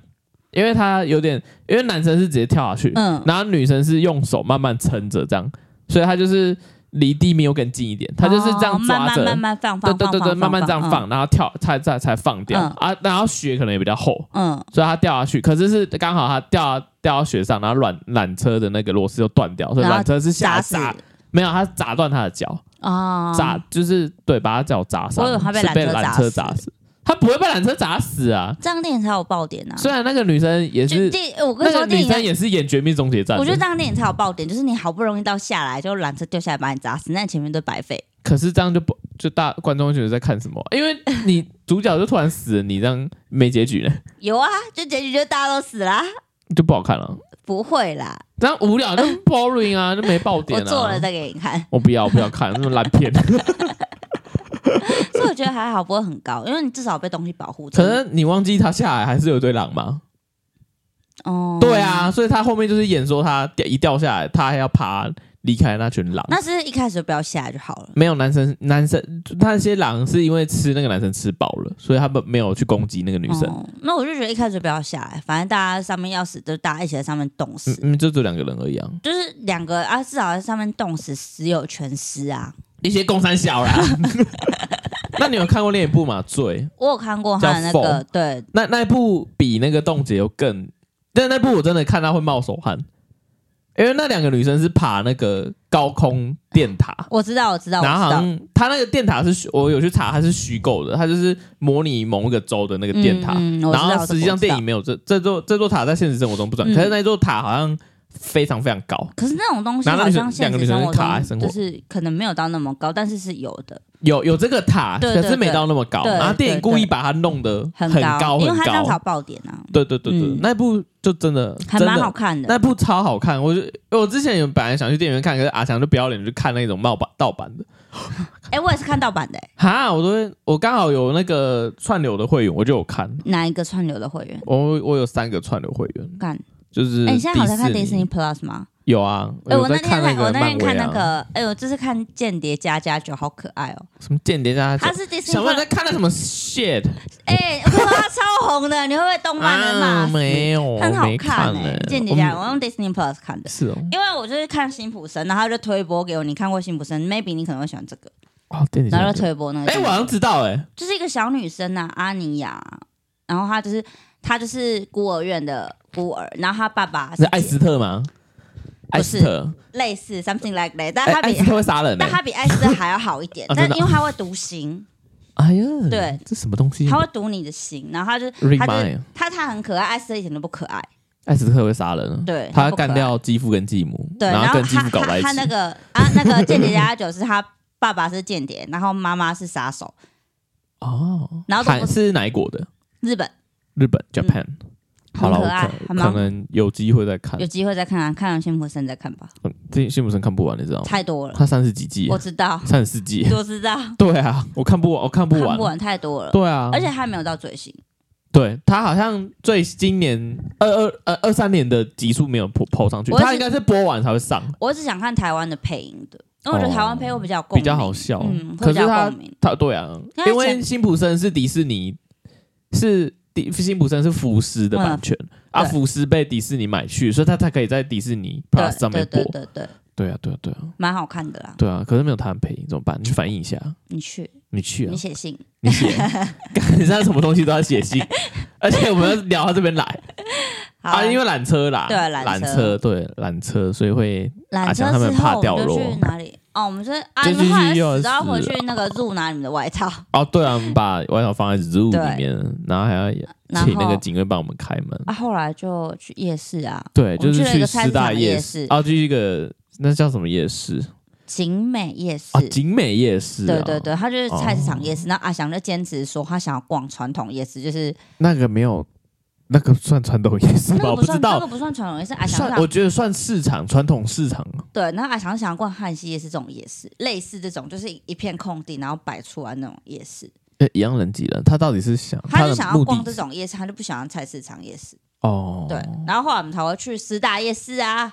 因为她有点，因为男生是直接跳下去，
嗯
然后女生是用手慢慢撑着这样，所以她就是离地面有更近一点，她就是这样抓着。
哦慢慢慢慢放
对
放，
对对对，
放
慢慢这样。
放
放，然后跳，才才才放掉、
嗯
啊。然后雪可能也比较厚，
嗯
所以他掉下去，可是是刚好他掉掉到雪上，然后缆缆车的那个螺丝就断掉，所以
然后
缆车是
嗯，
下
砸
来
死
砸，没有，他砸断他的脚，
哦，
砸就是对，把他脚砸伤，
我以为他被
是
缆
被
车
缆
砸
车
死
砸死，他不会被缆车砸死啊。
这样电影才有爆点啊。
虽然那个女生也，
就是电，我跟
那
你说
个
电
女
影啊
生。也是演《绝命终结战》
我觉得这
的，
样电影才有爆点，就是你好不容易到下来，就缆车掉下来把你砸死，那你前面都白费。
可是这样就不就大观众会觉得在看什么？因为 你主角就突然死了，你这样没结局呢，
有啊，就结局就大家都死啦，
就不好看了。
不会啦，
这样无聊， 就 boring 啊，就没爆点
我
啊。
做了再给你 看，
我不要，我不要看那么烂 片。
所以我觉得还好，不会很高，因为你至少被东西保护着。
可能你忘记他下来还是有一堆狼吗？
哦，
对啊，，所以他后面就是演说他掉一掉下来，他还要爬离开那群狼。
那是不是一开始就不要下来就好了。
没有男生，男生那些狼是因为吃那个男生吃饱了，所以他们没有去攻击那个女生。
哦，那我就觉得一开始就不要下来，反正大家上面要死，就大家一起在上面冻死，
嗯嗯，就只有两个人而已啊，
就是两个啊，至少在上面冻死，死有全尸啊。
一些共三小啦。 那你有看过另一部吗？罪
我有看过他的那
叫
个
缝，
对，
那那一部比那个冻结又更，但那部我真的看到会冒手汗，因为那两个女生是爬那个高空电塔，
我知道，我知道，我
然后好
知道。
像它那个电塔是虚我有去查，它是虚构的，它就是模拟某一个州的那个电塔。
嗯嗯我知
然
道
后实际上电影没有这这座这座塔在现实生活中不存在，
嗯
可是那座塔好像非常非常高，
可是那种东西
然后那
好
女
像
生
现
两个
实
女生
生活
卡在生
中
活
就是可能没有到那么高，但是是有的，
有有这个塔，
对对
可是没
对
到那么高。
对
然后电影
对
故意
对
把它弄得
很
很
高，
高
因为
很
它这样才有
高。
爆点啊，
对对对对
嗯，
那部就真的
还
真
蛮好
的。
看的。
那部超好看，我就我之前有本来想去电影院看，可是阿强就不要脸，就看那种冒版盗版的。
哎，我也是看盗版的，哎
哈，我都会我刚好有那个串流的会员，我就有看。
哪一个串流的会员？
我我有三个串流会员，
看，
就是
哎，你现在好像看
迪
Disney
士尼
Plus 吗？
有啊，
哎，
有
我那
在
天
看那
看，我
个
那天
漫威
看那
啊，
个，哎，我这次看《间谍加加酒》，好可爱哦，
什么间谍家
它是 Disney
想问你
Plus，
在看那什么 shit
哎，我说它超红的，你会不会动漫人骂
啊？
死？
没有，
很好
没看
哎，
欸
《间谍
我
加》
们
我用 Disney Plus 看的。
是哦，
因为我就是看辛普森，然后他就推播给我，你看过辛普森，maybe 你可能会喜欢这个，
哦，间谍
然后
家
就。推播那个。
哎，我好像知道哎，
就是一个小女生啊，阿尼亚，然后她就是她就是孤儿院的孤儿，然后她爸爸
是
是
艾斯特吗？艾
不
斯
是
特，
类似 something like that，但
哎，
她
艾
比、
斯特会杀人欸
但她比艾斯特还要好一点
，啊真
但
的
因为她会读心，
哎呀，
对，
这什么东西
她会读你的心，然后她就
Read
她就
mine
她她很可爱，艾斯特一点都不可爱，
艾斯特会杀人啊，
对
他
他不可
干掉继父跟继母，
对，
然
然
后
后
跟继
她
父搞在
她
一
她
起，
那个啊那个间谍家酒是她爸爸是间谍，然后妈妈是杀手，
哦，
然后怎么
韩是哪一国的？
日本
日本 Japan。好
很
了，
可爱，
我可
还蛮
可能有机会再看
有。机会再看看，啊看完辛普森再看吧，
嗯这辛普森看不完，你知道吗？
太多了，
他三十几季
我，知道，
三十四季。
我知道。
对啊，我看不完，我看不
看
完
不。完太多了，
对啊，
而且还没有到最新。
对他好像最今年二二呃二三年的集数没有播抛上去，
我一直
他应该是播完才会上，
我只想看台湾的配音的，因为我觉得
哦
台湾配会比较有共鸣
比较好，笑。
嗯，
可
会
是
比较有
他
共鸣。
他对啊，
那他
因为
前
辛普森是迪士尼，是迪辛普森是福斯的版权啊，
嗯对
福斯被迪士尼买去，所以他才可以在迪士尼 Plus 上
对对
面播
对。对对，
对啊，对啊，对啊，
蛮好看的啦。
对啊。可是没有他们配音怎么办？你去反映一下，
你去，
你去啊
你，写信，
你写， 干你现在什么东西都要写信，而且我们要聊到这边来
好
啊，因为缆车啦，
对缆车
缆对缆车，所以会
缆
啊
车
想他们
之
怕
后我
掉
们就
落
去哪里？哦，我们就是啊，
就
你们
继
后来
续又
死都要
死
回
了
去那个入拿你们的外套，
哦，对啊，我们把外套放在 zoo
对
里面，然后还要
然
请那个
后
警卫帮我们开门。
啊，后来就去夜市啊，
对，
我们
就是
去了一个菜
师
市
大
场
夜
夜市
哦，就是一个那叫什么夜市
景美夜市
啊，。景美夜市、啊，
对对，对，他就是菜市场夜市。那阿翔就坚持说他想要逛传统夜市，就是
那个没有，那个算传统夜市吗？
那个
嗯我不
不
知
算那
道
个，不算传统夜市，阿翔
算
想
我觉得算市场，传统市场啊
对，然后阿强想要逛汉西夜市这种夜市，类似这种就是一片空地，然后摆出来那种夜市。
呃一样人挤人。他到底是想
他就
的
想
目的
要逛这种夜市，他就不想要菜市场夜市。
哦，
对，然后后来我们才会去师大夜市啊，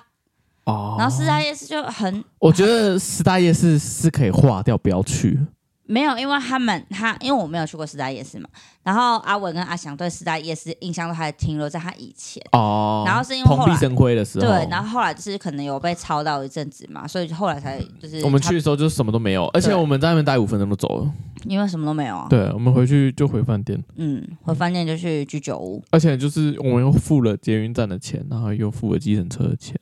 哦
然后四大夜市就很
我觉得四大夜市是可以划掉，不要去。
没有，因为他们他因为我没有去过四大夜市嘛，然后阿文跟阿翔对四大夜市印象都还停留在他以前，
哦，
然后是因为后
蓬荜
来
生辉的时候，
对，然后后来就是可能有被抄到一阵子嘛，所以后来才就是
嗯我们
他
去，的时候就什么都没有，而且
对
我们在那边待五分钟就走了。
因为什么都没有啊，
对，我们回去就回饭店，
嗯，回饭店就去居酒屋，
而且就是我们又付了捷运站的钱，然后又付了计程车的钱，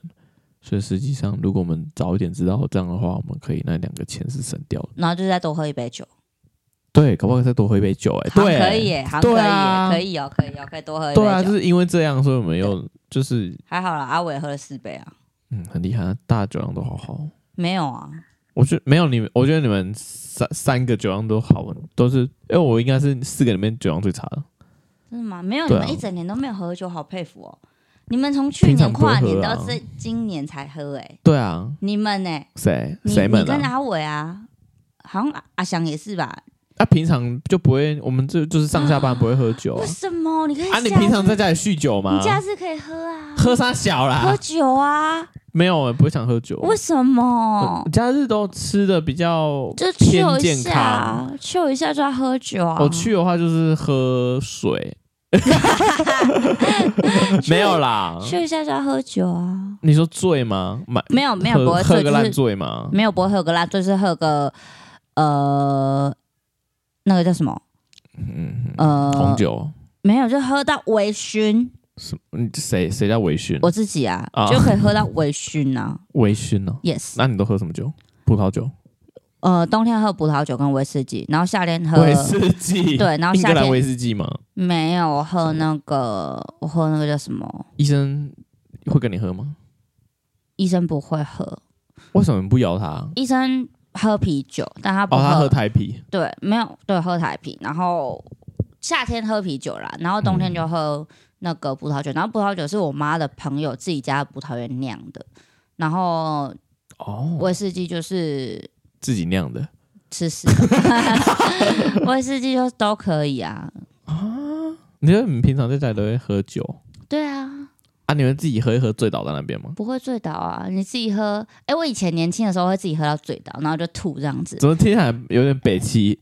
所以实际上如果我们早一点知道这样的话，我们可以那两个钱是省掉的。
然后就是再多喝一杯酒，
对，搞不好再多喝一杯酒、哎，
好像
对，
可以耶，好像可以
对啊
耶，可以哦，可以哦，可以多喝一杯
对啊，就
酒，
是因为这样，所以我们又就是
还好啦，阿伟喝了四杯啊，
嗯很厉害，大家酒量都好好。
没有啊，
我觉得没有你们，我觉得你们三三个酒量都好，都是因为我应该是四个里面酒量最差的。
真的吗？没有，你
对啊
们一整年都没有喝酒，好佩服哦。你们从去
平常
年
不会
跨年
喝啊
到这今年才喝、哎，
对啊，
你们呢、
谁
你
谁们
你跟
啊？
阿伟啊，好像阿阿翔也是吧？
啊，平常就不会，我们就就是上下班不会喝酒啊
为。什么？你可以
啊，你
下次
平常在家里酗酒吗
你？假日可以喝啊，
喝啥小
喝
啦？
酒啊？
没有，我不会想喝酒。
为什么
我？假日都吃的比较，
就
呃偏
chill 一
健
下
康哦
，chill 一下就要喝酒啊！
我去的话就是喝水，没有啦。
chill 一下就要喝酒啊！
你说醉吗？买
没有没有
喝
不会
喝
醉，
个
就
烂
是
醉吗？
没有不会喝个烂醉，就是喝个呃那个叫什么？
嗯，
呃，
红酒。
没有，就喝到微醺。
什么？嗯谁谁叫微醺？
我自己啊，
啊
就可以喝到微醺啊。
微醺呢、
yes，
那你都喝什么酒？葡萄酒、
呃，冬天喝葡萄酒跟威士忌，然后夏天喝
威士忌，
对，然后
英
夏
格兰
天
威士忌吗？
没有我喝那个，我喝那个叫什么？
医生会跟你喝吗？
医生不会喝，
为什么你不摇他？
医生喝啤酒，但他不
哦，
喝。
他喝台啤，
对，没有对喝台啤，然后夏天喝啤酒啦，然后冬天就喝那个葡萄酒，然后葡萄酒是我妈的朋友自己家的葡萄园酿的，然后
哦，
威士忌就是
自己酿的
吃屎的，威士忌就都可以啊。
啊？你觉得你们平常在家里都会喝酒
对啊，
啊？你们自己喝一喝醉倒在那边吗？
不会醉倒啊，你自己喝。哎、我以前年轻的时候会自己喝到醉倒，然后就吐这样子，
怎么听起来有点北 齐？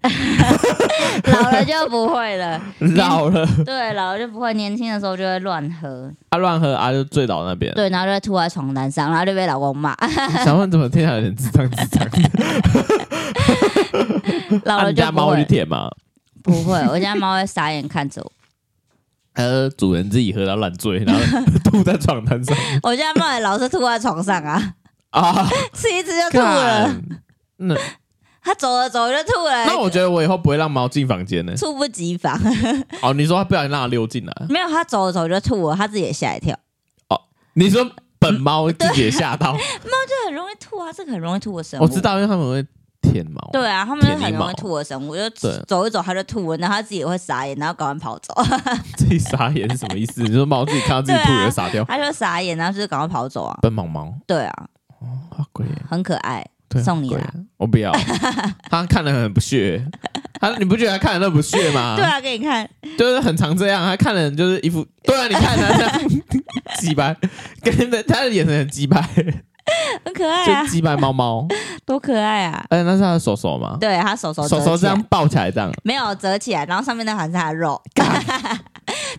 老了就不会了。
老了，
对，老了就不会，年轻的时候就会乱喝，
啊乱喝啊就醉倒那边。
对，然后就会吐在床单上，然后就被老 公骂。
想问怎么听起来有点智障智 障？
老
啊，
了
你
就
家
不
猫会
会
去，舔吗？
不会，我家猫会傻眼看着我。
呃，主人自己喝到烂醉，然 后吐在床单上
我家猫也老是吐在床上啊，
啊。
吃一次就吐了，哎
干，那
它走着走着就吐了
那，我觉得我以后不会让猫进房 间呢。
猝不及防。
哦，你说它不小心让它溜进来，
没有，它走着走着就吐了，它自己也吓一跳。
你说本猫自己也吓 到，
这很容易吐啊，这个很容易吐的生物。
我知。道，因为他们会舔毛。
对啊，它们是
舔
很
泥
容易
毛
吐的生物，就
对
走一走它就吐了，然后它自己也会傻眼，然后赶快跑走，
自己傻眼是什么意思？你说猫自己看到自己吐
对啊
也会傻掉，
它就傻眼，然后就是赶快跑走啊。
笨毛猫，
对啊，
好贵耶，
很可爱。
对，
送你
好贵
啦
耶，我不 要。他看得很不屑，他你不觉得他看得很不屑吗？
对，啊，给你看，
就是很常这样，他看人就是一副，对啊，你看他这样 鸡掰，跟着他的眼神很鸡掰，
啊很可爱啊
就，鸡掰猫猫。
多可爱啊！
哎，那是他的手手吗？
对，它手手
手
折
手
起
这
来
样抱起来这样，
没有折起来，然后上面那还是它的肉，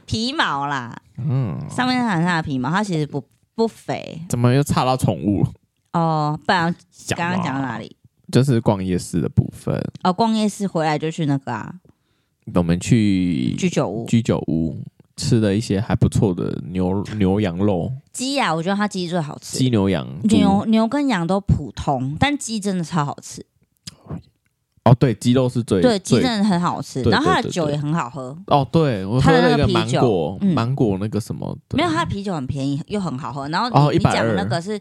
皮毛啦，
嗯，
上面那还是它的皮毛，它其实不不肥
怎么又差到宠物？
哦。不然
讲
刚刚讲到
了，
哪里？
就是逛夜市的部分。
哦，逛夜市回来就去那个啊
我们去
居酒屋
居酒屋吃了一些还不错的牛牛羊肉，
鸡啊，我觉得它鸡最好
鸡
吃，
牛羊猪
牛牛跟羊都普通，但鸡真的超好吃，
哦，对，鸡肉是最
对，鸡
最
真的很好吃，
对
然后它
对
的
对
酒
对
也很好喝，
哦，对我喝
它的那
了一
个
个
啤
芒
酒
果
嗯
芒果那个什么的，
没有它的啤酒很便宜又很好喝，然后
哦
你你
120
讲的那个是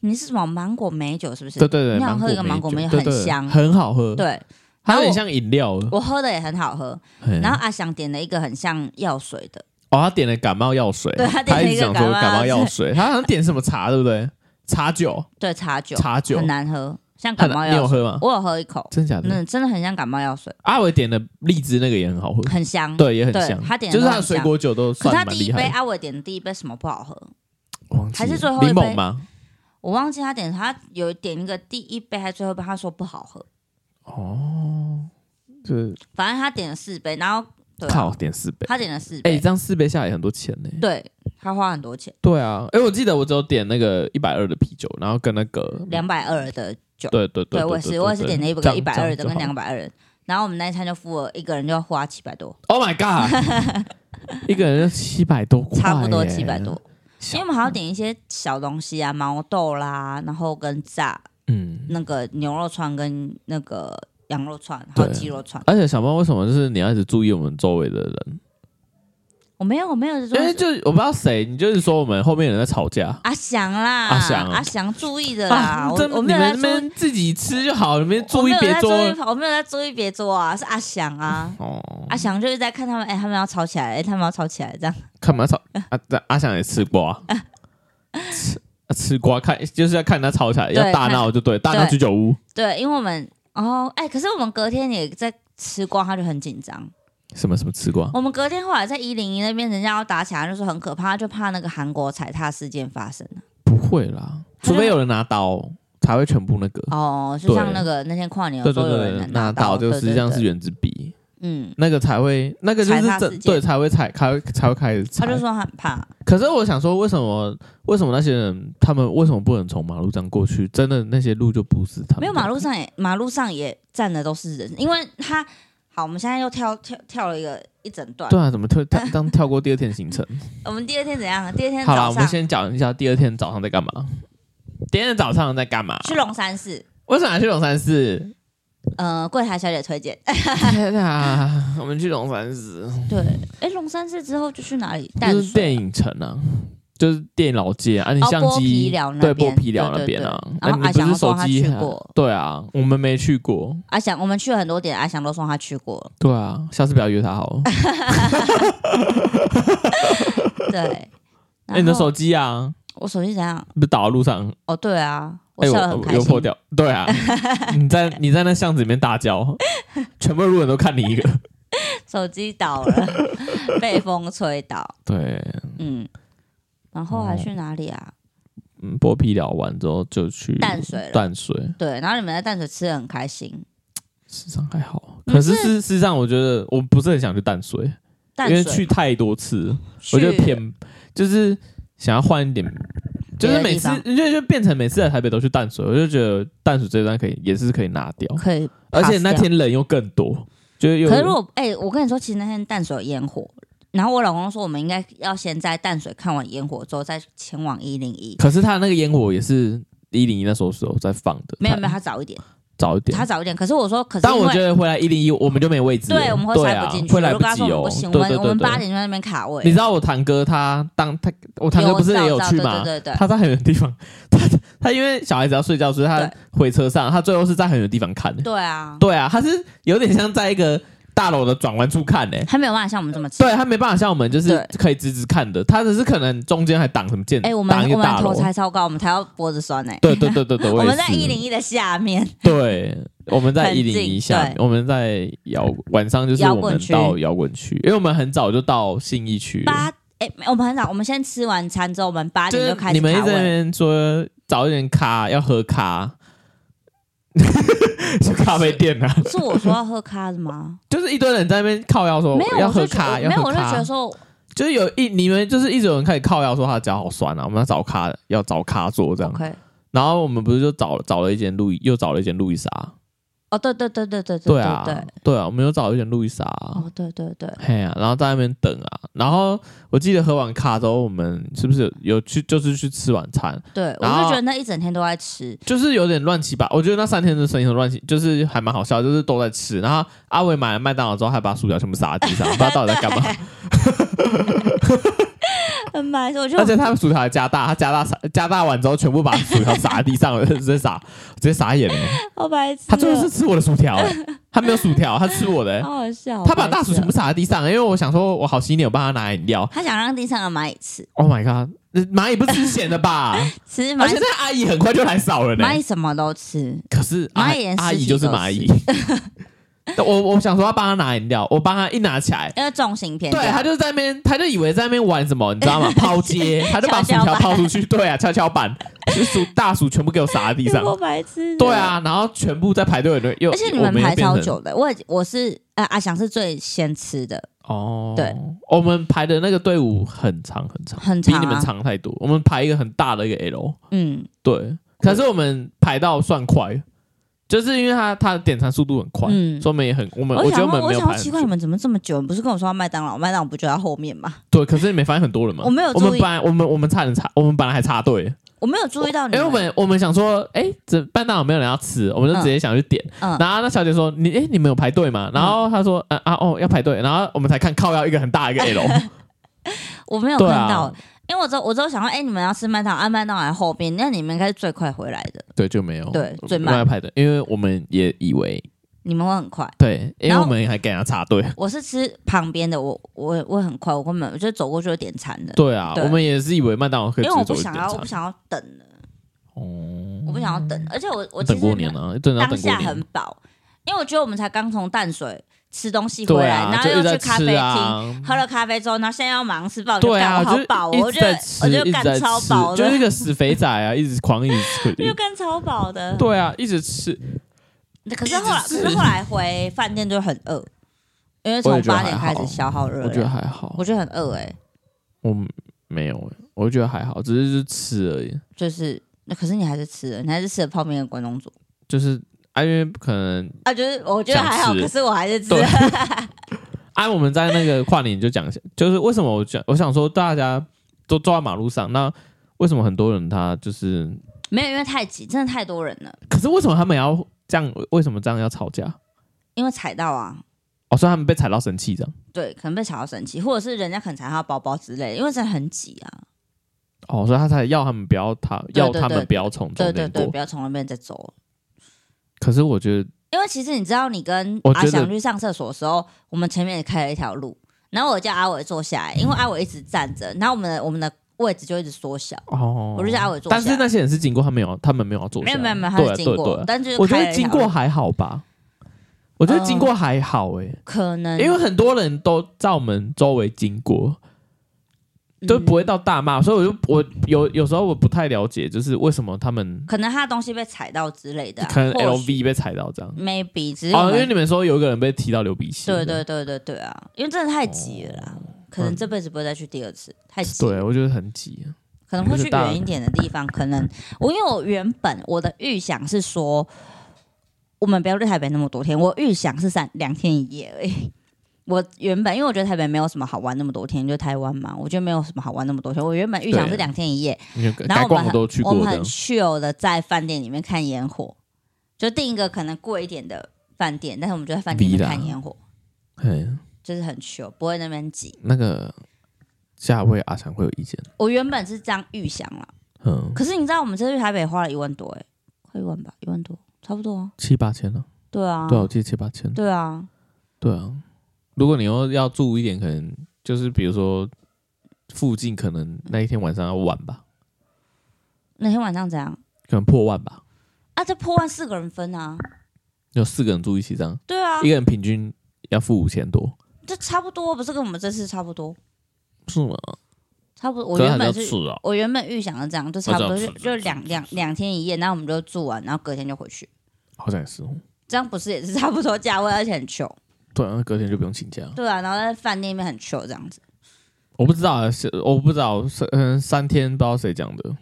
你是什么芒果美酒是不是？
对对对，
你想喝一个
芒
芒果梅
酒
很
对对
香
很好喝，，
对，
它有
然后
点
我
像饮料了。
我喝的也很好喝，
嘿
然后阿翔点了一个很像药水的，
哦，他点了感冒药水，
对他点了
一
一
直
个
讲说
感
冒
冒药
药水，他好像点什么茶，对不对？茶酒，
对，茶酒，
茶酒
很难喝，像
很
感冒
你有
药水。
喝吗？
我有喝一口，
真假的？
嗯，真的很像感冒药水，
阿伟点的荔枝那个也很好喝，
很香。，
哦对，也很香。
对他点的
就是
都
他的
很
水
香
果酒都
可
算
是他
蛮
第
厉
一杯啊
害的。
阿伟点的第一杯什么不好喝？
忘记
还是
了
最后一
柠
杯
檬吗？
我忘记他点他有点一个第一杯还是最后一杯，他说不好喝，
哦，就是
反正他点了四杯，然后对啊、
靠点四杯，
他点了四
哎、
杯，
这样四杯下来很多钱呢、
对他花很多钱，
对啊，哎、我记得我只有点那个一百二的啤酒，然后跟那个
两百二的酒，
对对对
对我也是，我也是点了一个一百二的跟两
百。
百二的，然后我们那一餐就付了一个人就要花七百多，
Oh my god！一 个人七百多块耶，
差不多七百多，因
小。
为我们还要点一些小东西啊，毛豆啦，然后跟炸
嗯，
那个牛肉串跟那个羊肉串，还有
对
鸡肉串，
而且想不到为什么就是你要一直注意我们周围的人，
我没有我没有说
因为就我不知道谁，你就是说我们后面有人在吵架。
阿翔啦，
阿翔啊
阿翔注意 的啦，啊我
真
我
你
没有在
们
注
那
意。
边自己吃就好，你们
我
注
没
意
有
别
在注
做
意，我没有在注意别桌啊，是阿 翔啊，
哦。
阿翔就是在看他们，哎、他们要吵起来，哎、他们要吵起来，这样
看嘛吵 啊，对阿翔也吃瓜，吃啊吃瓜看就是要看他吵起来，要
对
大闹就对，大闹
对
居酒屋
对，因为我们哦，哎、可是我们隔天也在吃光，他就很紧张。
什么什么吃瓜，
我们隔天后来在一零一那边，人家要打起来，就说很可怕，他就怕那个韩国踩踏事件发生
不会啦，
他
除
就
非有人拿刀才会全部那个。
哦，就
对
像那个那天跨年
对
有
对
说有
对，对
人
拿
刀，
刀就
对
实际上是
对对
原子笔，
嗯，
那个才会，那个就
踩踏
是
事
真
件
对才会踩，才会才会开始
他
踩
就。说他很怕，
可是我想说，为什么为什么那些人他们为什么不能从马路上过去？真的那些路就不是他们
没有马路上也马路上也站的都是人，因为他好，我们现在又跳跳跳了一个一整段
对，啊，怎么跳 跳这样跳过第二天行程？
我们第二天怎样？第二天
好啦，
早
我们
上
先讲一下第二天早上在干嘛。第二天早上在干嘛？
去龙山寺，
为什么要去龙山寺？
呃，柜台小姐推荐。哎
天啊， 我们去龙山寺，
对，哎，龙山寺之后就去哪里？淡
嗯就是
水。
电影城啊，就是电影老街啊，啊你
哦
相
剥皮
机
寮那
对
边
剥皮寮那
对对
边啊
对，
那
然后
你
阿
不
翔
是
都说
手
他
机
去
还
过
对啊，我们没去过，
阿翔，我们去了很多点，阿翔都说他去过了。
对啊，下次不要约他好 了。
对，
哎，你的
然后
手机啊，
我手机怎样？
不是倒在路上，
哦，对啊，我
哎，
笑得很
我
开
又破
心。
掉，对啊，你在你在那巷子里面大叫，全部路人都看你一 个，
手机倒了， 被风吹倒。
对，
嗯，然后还去哪里啊？
嗯，剥皮寮完之后就去
淡水了
淡水
对，然后你们在淡水吃的很开心。
事实上还好，
嗯
可是事事实上我觉得我不是很想去淡水，
淡
因
水
为去太多次了，我觉得偏就是想要换一点，就
别的
是每
地
次
方
就就变成每次来台北都去淡水，我就觉得淡水这段可以也是可以拿掉，
可以，
而且那。天人又更多，就是又
可是如果哎、我跟你说，其实那天淡水有烟火，然后我老公说我们应该要先在淡水看完烟火之后，再前往一零一。
可是他那个烟火也是一零一那时候时候在放的，
没有没有，
他
他早一点，
早一点
他。早一点。可是我说，可是
但
因
我
为
觉得回来一零一我们就没位置了，
对，我们会
对
塞
啊
不进去。
会
我
来
就
不
跟他说
及哦
我们不。行，我
对
们
对
我们
对
八
对，
点就在那边卡位。
你知道我堂哥他当他我堂哥不是也有
我知
去
道
吗？
对对对对，
他在很远的地方，他他因为小孩子要睡觉，所以他
对
回车上，他最后是在很远的地方看的。
对啊，
对啊，他是有点像在一个大楼的转弯处看的。
他没有办法像我们这么吃。
对他没办法像我们就是
对
可以直直看的，他只是可能中间还挡什么箭，
哎、我们
挡一
我
个
们
大
头
楼。
才超高，我们才要脖子酸呢、
对对对 对对，
我
我
们
也
在
是
一零一的下面，
对，我们在
很
一
近
零一下面，
对
我们在摇晚上就是
摇
我
滚
们
区
到摇滚区，因为我们很早就到信义区了，
八哎、没我们很早，我们先吃完餐之后，我们八
就
点
是
就开
你
始
们一
卡
直在那
位。
边说早一点咖要喝 咖，去咖啡店啊，
是我说要喝咖的吗？
就是一堆人在那边靠腰说
没有，
哦要
我就
喝
觉得
咖，
我
要
没有，
喝
我就觉
咖
得，说，
就是有一你们就是一直有人开始靠腰说他的脚好酸啊，我们要找咖要找咖做这样，
OK，
然后我们不是就找找了一间路易又找了一间路易莎，
哦，对对对对对
对
对
啊
对，
对啊，我们又找了一间路易莎啊，
哦对对对，
嘿啊，然后在那边等啊，然后我记得喝完咖之后，我们是不是有有去就是去吃晚餐，
对我
然
就
后
觉得那一整天都在吃，
就是有点乱七八，我觉得那三天的生意很乱七，就是还蛮好笑，就是都在吃。然后阿伟买了麦当劳之后，还把薯条全部撒在地上，不知道到底在干 嘛。
很白痴，我就
而且他们薯条还加大，他加大撒加大完之后，全部把薯条撒在地上，直接撒，直接傻眼 了。
好白痴哦，
他最后是吃我的薯条、欸，他没有薯条，他吃我的欸、
好好笑，
他把
好白
大薯
痴哦
全部撒在地上，因为我想说，我好心你有帮他拿饮料。
他想让地上的蚂蚁吃，
Oh my god，蚂蚁不吃咸的吧？
其实
而
蚂
且
蚁
那阿姨很快就来扫了呢、
蚂蚁什么都吃，
可是阿
蚂蚁连
阿
尸体
姨就是
都
蚂蚁， 我我想说要帮他拿饮料，我帮他一拿起来，
因为重型偏
对
掉
他就 在那边，他就以为在那边玩什么，你知道吗？抛接，他就把薯条抛出去，对啊，跷跷板，就鼠大鼠全部给我撒在地上。
我白痴。
对，啊，然后全部在排队的人又，
而且你
我
们
又
排
变
超
成
久的，我已经我是呃阿翔是最先吃的，
哦。
对，
我们排的那个队伍很长很长，
很
比
长、啊，
你们长太多。我们排一个很大的一个 L，
嗯，
对，可是我们排到算快，就是因为他他的点餐速度很快，
嗯
所以我们也很我们
我
觉得
想
我们
问，我
没有
想
排
要
很
奇
久
怪你们怎么这么久？你不是跟我说要麦当劳，麦当劳不就在后面吗？
对，可是你没发现很多人吗？
我没有
我们
注意
本来我们我们差点插，我们本来还插队，
我没有注意到你
因为我们我们想说，哎、这麦当劳没有人要吃，我们就直接想去点。
嗯
然后那小姐说，你哎、你们有排队吗？然后她说，嗯啊哦要排队，然后我们才看靠要一个很大一个 L，
我没有
对
看
啊
到，因为我只有我只有想到，哎、你们要吃麦当劳，啊麦当劳在后边，那你们应该是最快回来的，
对，就没有
对最慢
没有排队，因为我们也以为
你们会很快。
对，因为
然后
我们还给人家插 队。
我是吃旁边的，我我我很快，我根本我就走过去就点餐的，
对啊，
对
我们也是以为麦当劳可以
因为
直
我
接
不
走一点
想要，我
餐
不。想要等了，
哦，
我不想要等，而且我我其
等
实
过年啊，真的要
当
等过
下很
年。
饱，因为我觉得我们才刚从淡水吃东西回
对
来，
啊，
然后
就一
又
直在
去咖啡
吃
厅。
啊，
喝了咖啡之后，然后现在要忙吃饱，就
对
干
啊，
我好
就是
饱哦，我
一直
觉
在
得
吃，
我觉得
一直在
干超
吃
饱
就是
的，
一个死肥仔啊，一直狂一直吃
又干超饱的。
对啊，一直吃，
可是后来，
一
可
直吃
是后来回饭店就很饿，因为
我
从
也觉得
八点
还
开
好
始消耗热
我觉得
量，
还好
我，觉得很饿哎，
我没有欸，我觉得还好，只是就是吃而已，
就是那可是你还是吃了，你还是吃了泡面跟关东煮
就是啊，因为可能
啊，就是我觉得还好，
想吃
可是我还是吃
对
了，
啊，我们在那个跨年就讲一下， 就是为什么我讲，我想说大家都坐在马路上，那为什么很多人他就是，
没有因为太挤，真的太多人了，
可是为什么他们要这样，为什么这样要吵架？
因为踩到啊。
哦，所以他们被踩到生气这样。
对，可能被踩到生气，或者是人家可能踩到他包包之类的，因为真的很挤啊。
哦，所以他才要他们不要他
对
要
对
他们
对
不要从中
对对
间
对，
过
不。要从那边再走了。
可是我觉得，
因为其实你知道，你跟
我
阿
觉得
翔去上厕所的时候，我们前面也开了一条路，然后我叫阿伟坐下来，因为阿伟一直站着，然后我们的我们的位置就一直缩小，
哦，
我就叫阿伟坐下
但
来。
是那些人是经过，他没有，他们没有要坐
没
下来。
有没有没有，他
对啊
是经
对
过，
啊对啊
但就是
我觉
开
得
了一嗯
经
条
过
路
还好吧，我觉得经过还好哎、
可能
因为很多人都在我们周围经过，都不、会
嗯
到大骂，所以我就我有有时候我不太了解，就是为什么他们
可能他的东西被踩到之类的啊、
可能
或许
LV 被踩到这样。
maybe 只是我
哦，
们、
因为你们说有一个人被踢到流鼻血，
对对对对对啊，因为真的太挤了啦，可能这辈子不会再去第二次，太挤。
哦嗯对，啊我觉得很急。啊
可能会
就是
去
大
远一点的地方。可能我因为我原本我的预想是说，我们不要去台北那么多天，我预想是三两天一夜而已。我原本因为我觉得台北没有什么好玩那么多天，就台湾嘛，我觉得没有什么好玩那么多天。我原本预想
对
是两天一夜，
你有
然
该
后我
逛
们
的
很
都去
我
过
们
的
很，chill 的在饭店里面看烟火，就订一个可能贵一点的饭店，但是我们就在饭店里面
Villa
看烟火，
嗯，
就是很 chill，不会那边挤。
那个下一位阿翔会有意见，
我原本是这样预想啦，
嗯，
可是你知道我们这次去台北花了一万多、欸，哎，快一万吧，一万多，差不多啊。
七八千呢、
对啊，
对啊，我记得七八千，
对啊，
对啊。如果你要要住一点，可能就是比如说附近，可能那一天晚上要晚吧，
那天晚上怎样？
可能破万吧，
啊，这破万四个人分啊，
有四个人住一起这样，
对啊
一，个人平均要付五千多，
这差不多，不是跟我们这次差不多，
是吗？
差不多。我
可是还
原
是要哦
本
吃
是，
啊，
我原本预想是这样，就差不多，
我知
就
道
就两两两天一夜，然后我们就住完，然后隔天就回去，
好像也是哦。
这样不是也是差不多价位，而且很穷，
对啊，隔天就不用请假。
对啊，然后在饭店里面很穷这样子。
我不知道啊，是我不知道，是嗯，三天不知道谁讲的。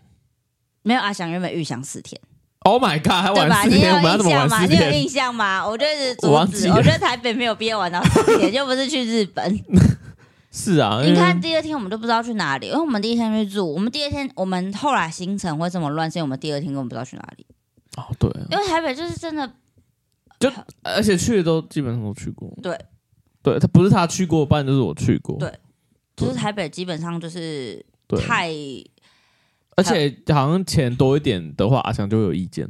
没有阿翔原本预想四天，
Oh my god，还
对吧？
玩四
你
天，我们
有
要
印
怎么
象
玩
吗？
四
你有
天？
印象吗？我就是阻
我忘记
止，
了
我觉得台北没有必要玩到四天， 又不是去日本。
是啊，
你
因为
看第二天我们都不知道去哪里，因为我们第一天去住，我们第二天我们后来行程会这么乱，是因为我们第二天根本不知道去哪里。
哦对啊，
因为台北就是真的，
而且去的都基本上都去过。
对，
对他不是他去过，不然就是我去过。
对就是台北基本上就是
对，
太
而且好像钱多一点的话，阿翔就会有意见。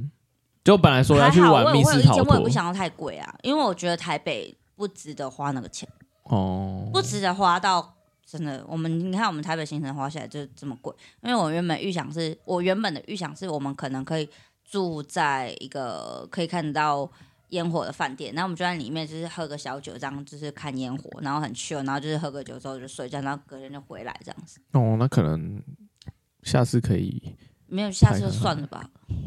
就本来说要
还
去
好，我
玩
有
密
我有
室
意见，
逃
我也
脱
不，想要太贵啊，因为我觉得台北不值得花那个钱，
哦，
不值得花到真的。我们你看我们台北行程花下来就是这么贵，因为我原本预想是我原本的预想是我们可能可以住在一个可以看得到烟火的饭店，然后我们就在里面就是喝个小酒，这样就是看烟火，然后很 chill，然后就是喝个
哦
酒之后就睡觉，然后隔天就回来这样子。
哦，那可能下次可以
没有，下次就算了吧。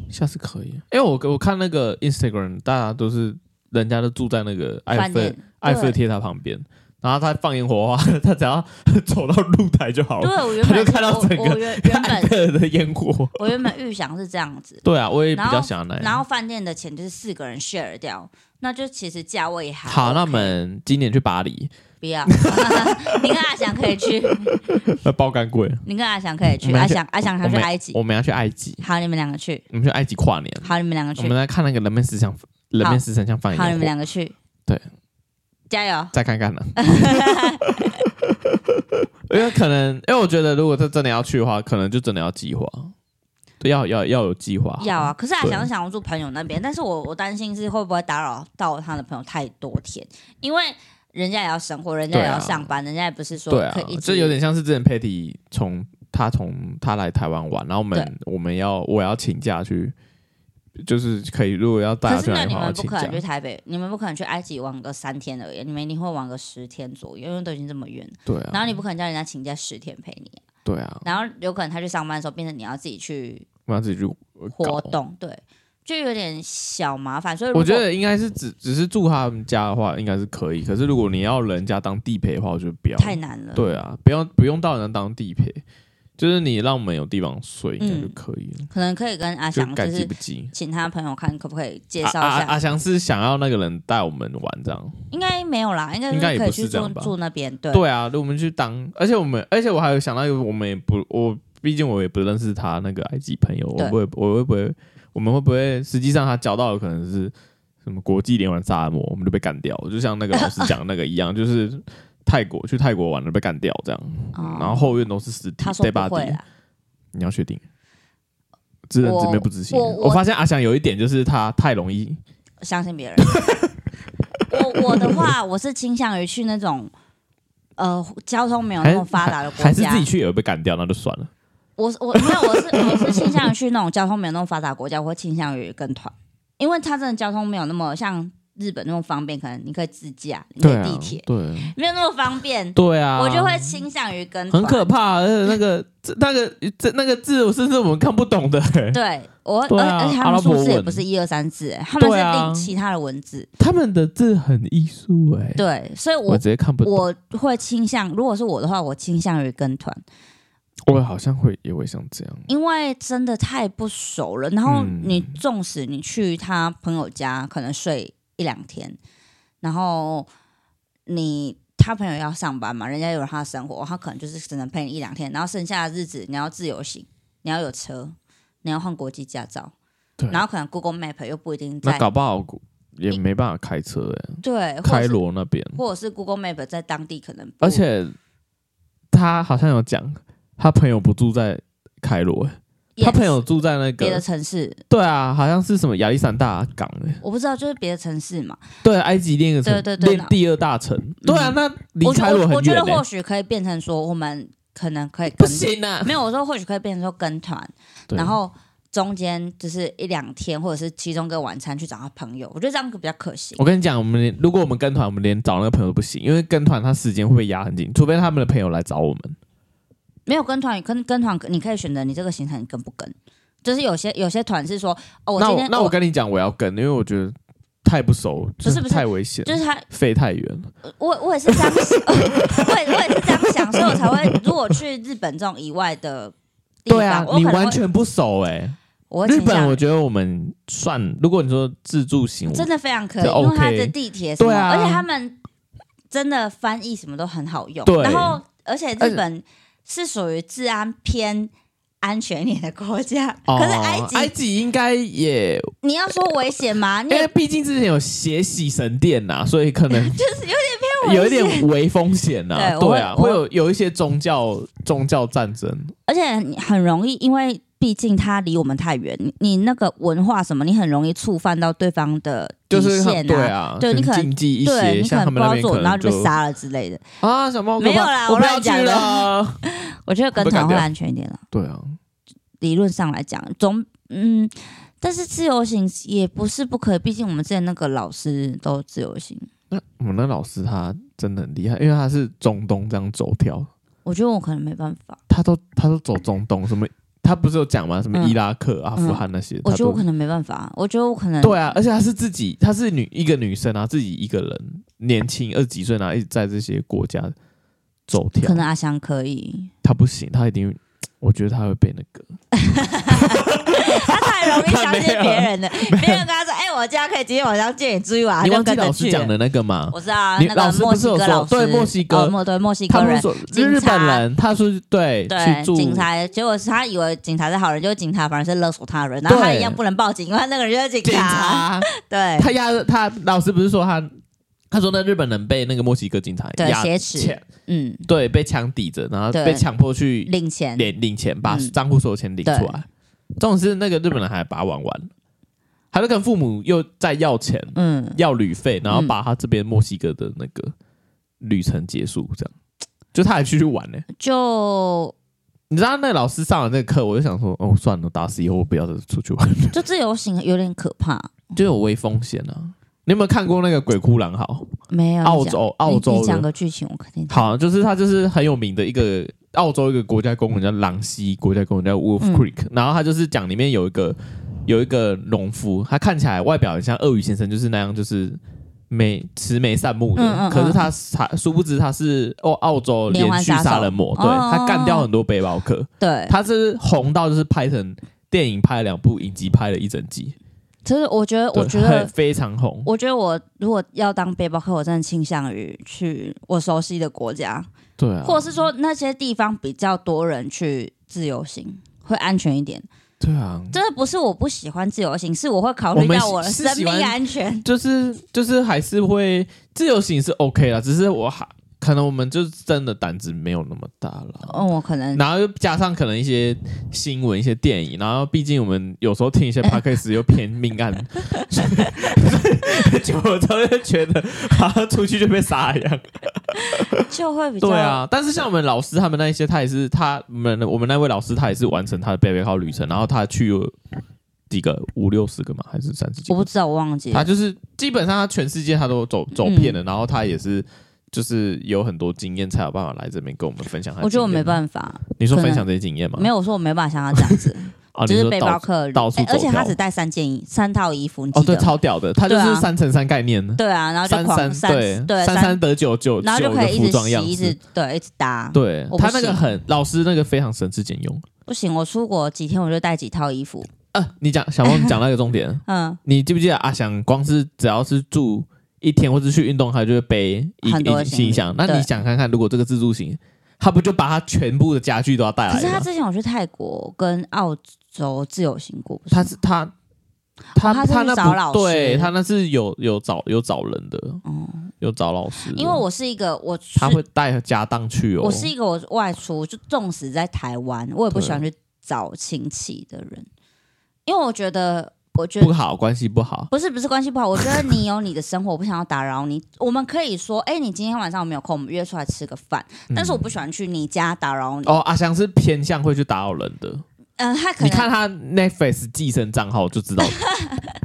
下次可以。因为我我看那个 Instagram，大家都是人家都住在那个埃
饭
菲
店，
埃菲
对
铁塔旁边，然后他放烟火的话， 他只要走到露台就好
对
了，
我原
哎他就
本
看到整个
我我原原
看
本
个人的烟火。
我原本预想是这样子，
对啊，我也比
然
较
后
想要那
然
样。
后饭店的钱就是四个人 share 掉，那就其实价位还
好，那我
OK
们今年去巴 黎，
不要，你跟阿翔可以去，
那包干贵。
你跟阿翔可以
我
去，
们要
阿
去
翔阿翔
我
想去
们
埃及，
我们要去埃及，
好，你们两个去，
我们去埃及跨年，
好，你们两个
我
去
们，来看那个人面石像，人面石神像放
好，你
烟
们
火，
两个去，
对，
加油，
再看 看呢。因为可能，因为我觉得，如果他真的要去的话，可能就真的要计划，对，要要要有计划。
要啊！可是阿
对
翔想要住朋友那边，但是我我担心是会不会打扰到他的朋友太多天，因为人家也要生活，人家也
对啊
要上班，人家也不是说
对啊
可以一，
这
直
有点像是之前 Patty 从他从他来台湾玩，然后我们我们要我要请假去，就是可以如果要带
可
他
是
去
那
哪里
你
的话，我
们不
啊请
可
假
能。去台北，你们不可能去埃及玩个三天而已，你们一定会玩个十天左右，因为都已经这么远了。
对
然
啊，
后你不可能叫人家请假十天陪你，
对啊，
然后有可能他去上班的时候变成你要自己去
我要自己去搞
活。动，对，就有点小麻烦。所以如果
我觉得应该是只只是住他们家的话，应该是可以。可是如果你要人家当地陪的话，我觉得不要。
太难了。
对啊，不要不用到人家当地陪，就是你让我们有地方睡，应该就可以了。
可能可以跟阿
就
翔嗯就
该记
是
不记？
请他朋友看可不可以介
阿
绍一
阿阿
下，
阿翔是想要那个人带我们玩这样。
应该没有啦，应该
应该
是
也
可以
不
去
是这
住
样吧
住那边。对，
对啊，如果我们去当，而且我们，而且我还有想到一个，我们也不，我毕竟我也不认识他那个埃及朋友，我
对
会，我会不会，我们会不会，实际上他交到的可能是什么国际连环杀人魔，我们就被干掉，就像那个老师讲的那个一样，就是泰国去泰国玩了被干掉这 样，
哦
然后后院都是尸体
他说
对吧？
不会啦，
你要确定。知人知面不知心。
我我
我发现阿翔有一点就是他太容易，
相信 别人。我我的话，我是倾向于去那种呃交通没有那
还
么发达的国家，
还是自己去也会被干掉，那就算了。
我是我没有，我是我是倾向于去那种交通没有那么发达的国家，我会倾向于跟团，因为它真的交通没有那么像日本那么方便，可能你可以自驾，你可
对
以
啊
地铁，，
对，
没有那么方便，
对啊，
我就会倾向于跟团。
很可怕，而且那个这那个这那个字，甚至我们看不懂的、欸。
对我，
对啊
而而且
阿
他
拉
们
伯
数字也
文
不是一二三字，他们
对
是
啊
另其他的文字。
他们的字很艺术哎，
对，所以
我
我
直接看不懂。
我会倾向，如果是我的话，我倾向于跟团，
我好像会也会像这样，
因为真的太不熟了。然后
嗯
你纵使你去他朋友家，可能睡一两天，然后你他朋友要上班嘛，人家有他的生活，他可能就是只能陪你一两天，然后剩下的日子你要自由行，你要有车，你要换国际驾照
对，
然后可能 Google Map 又不一定
那
在
搞不好也没办法开车哎、
对，或
开
者是
罗那边，
或者是 Google Map 在当地可能不
而且他好像有讲，他朋友不住在开罗、欸，他
Yes，
朋友住在那
别的
个
城市，
对啊，好像是什么亚历山大港哎、欸
我不知道，就是别的城市嘛。
对，埃及另一个城，
对对对
另第二大城，对啊，那离
我觉
开
得
罗
我
很
我觉
远
得
欸
或许可以变成说，我们可能可以
不
跟
行啊，
没有，我说或许可以变成说跟团，
对
然后中间就是一两天，或者是其中一个晚餐去找他朋友，我觉得这样比较可行。
我跟你讲，我们连如果我们跟团，我们连找那个朋友都不行，因为跟团他时间会被压很紧，除非他们的朋友来找我们。
没有跟团，跟跟团你可以选择你这个行程你跟不跟，就是有些有些团是说，哦，
那
今
我
天
那我跟你讲，我要跟，因为我觉得太不熟，
不是
就
不是
太危险，
就是他
飞太远了。
我我也是这样想， 我也我也是这样想，所以我才会，如果去日本这种以外的地方，
对啊，
我
你
可能
完
会
全不熟哎、
我会
日
倾向
本我觉得我们算，如果你说自助行，
真的非常可以，
这
因为
OK
它的地铁什么，
对啊
而且他们真的翻译什么都很好用。
对
然后而且日本是属于治安偏安全一点的国家，
哦
可是埃及
埃及应该也，
你要说危险 吗？你
因为
也
毕竟之前有血洗神殿呐、所以可 能
就是有点
有一点微风险呐、
对我
对啊，
我
会有有一些宗教宗教战争，
而且你很容易，因为毕竟它离我们太远，你你那个文化什么，你很容易触犯到对方的
就
底线
是对
啊。
啊，
对你可能
禁忌一
对
些，
你可
像他
能不
们那
知道
边
做，
可
然后
能
就被
就
杀了之类的。
啊，小猫
没有啦
我
我
不要
乱
去
讲的
了。
我觉得跟
会被
团
干
会
掉
安全一点了。
对啊，
理论上来讲，总嗯，但是自由行也不是不可以，毕竟我们之前那个老师都自由行。
那我们那老师他真的很厉害，因为他是中东这样走跳，
我觉得我可能没办法，
他都他都走中东，什么他不是有讲吗？什么
嗯
伊拉克、阿富汗那些，
我
他
觉得
都
我可能没办法，我觉得我可能
对啊，而且她是自己，她是女一个女生啊，自己一个人，年轻二十几岁，然后一直在这些国家走跳
可，能阿香可 以，
她不行，她一定，我觉得她会被那个，
他太容易相信
没有啊
别 人了。别人跟他说：“哎、我家可以今天晚上借你住一晚。”他
你
就
忘记
跟着
老师
去
讲
啊了。
的那个吗？
我知道啊，
你
那
老
个
师
墨
不是
西
有
哥
说
老师，
对墨西哥
哦墨对墨西
他
哥
们
人，
说
警察
日本人，他说对去
对
住
警察，结果是他以为警察是好人，结果警察反而是勒索他的人，然后
对
他一样不能报警，因为那个人就
警
是警察。
察，
对
他压着他老师不是说他。他说：“那日本人被那个墨西哥警察
对
压
挟持
钱
嗯，
对，被枪抵着，然后
对
被强迫去
领钱。
领领钱，把
嗯
账户所有钱领出来。重点是那个日本人还把他玩完，他就跟父母又在要钱，
嗯，
要旅费，然后
嗯
把他这边墨西哥的那个旅程结束，这样。就他还继续玩呢、
就
你知道那个老师上了那个课，我就想说，哦，算了，打死以后我不要再出去玩，
就自由行有点可怕。
就有微风险啊。你有没有看过那个《鬼哭狼嚎
没有》？
澳
你讲
洲，澳
你
洲
你
的
讲个剧情，我肯定
好，就是它就是很有名的一个澳洲一个国家公园叫朗西国家公园叫 Wolf
嗯
Creek，、然后它就是讲里面有一个有一个农夫，他看起来外表很像鳄鱼先生，就是那样就是没慈眉善目的，
嗯嗯嗯
可是他他殊不知他是哦澳洲
连
连
环
续
杀手
杀人魔，对
哦
他干掉很多背包客，
对，
他是红到就是拍成电影拍了两部，影集拍了一整集，
其实我觉得，我
对
觉
很
得，
非常红。
我觉得我如果要当背包客，我真的倾向于去我熟悉的国家，
对啊，
或者是说那些地方比较多人去自由行。会安全一点，
对啊，
真的不是我不喜欢自由行，是我会考虑到
我
我
们
的
是
生
喜
命
欢
安全。
就是就是还是会自由行是 OK 啦，只是我还可能我们就真的胆子没有那么大了。
嗯，我可能
然后又加上可能一些新闻、一些电影，然后毕竟我们有时候听一些 podcast 又偏命 案，所以久了之后就觉得好像出去就被杀一样。
就会比较
对啊，但是像我们老师他们那一些，他也是他我们我们那位老师，他也是完成他的背背靠旅程，然后他去了几个五六十个嘛，还是三十几
我
个
不？知道，我忘记
他
了。
就是基本上他全世界他都走走遍
嗯
了，然后他也是就是有很多经验才有办法来这边跟我们分享他的
我觉
经验。
得我没办法，
你说
可能
分享这些经验吗？
没有我说我没办法像他这样子，
啊，
就
你
是
说
背
到
包客
到处
哎而
走
且他
跳
只带三件衣、三套衣服，你
哦，
记
对，
得吗？
超屌的，他就
对
是
啊
三乘三概念，
对啊，然后就
三
狂
三对
对
三三得九九
然后
九
就可
的
以一
服
直
装
洗，
样
一直
子。
对，一直搭。
对
我不
他那个
行
很老师那个非常省吃俭用。
不行，我出国几天我就带几套衣服。
啊，你讲小梦讲那个重点，
嗯，
你记不记得阿翔光是只要是住一天或者去运动，他就会背一
很多
一
的行李
行箱。那
对
你想看看，如果这个自助行，他不就把他全部的家具都要带
可
来
是
了
他
吗？
之前有去泰国跟澳洲自由行过，不是
他
吗
是他他、
他是去
他那
找老
不对，
师
他那是有有找有找人的，
哦
有找老师的，
因为我是一个我是
他会带家当去哦。
我是一个我外出就纵使在台湾，我也不喜欢去找亲戚的人，因为我觉得我觉得
不好，关系不好。
不是不是关系不好，我觉得你有你的生活，我不想要打扰你。我们可以说，哎、你今天晚上有没有空？我们约出来吃个饭。但是我不喜欢去你家打扰你。
嗯哦，阿翔是偏向会去打扰人的。
嗯、他可
你看
能
他 Netflix 寄生账号就知道，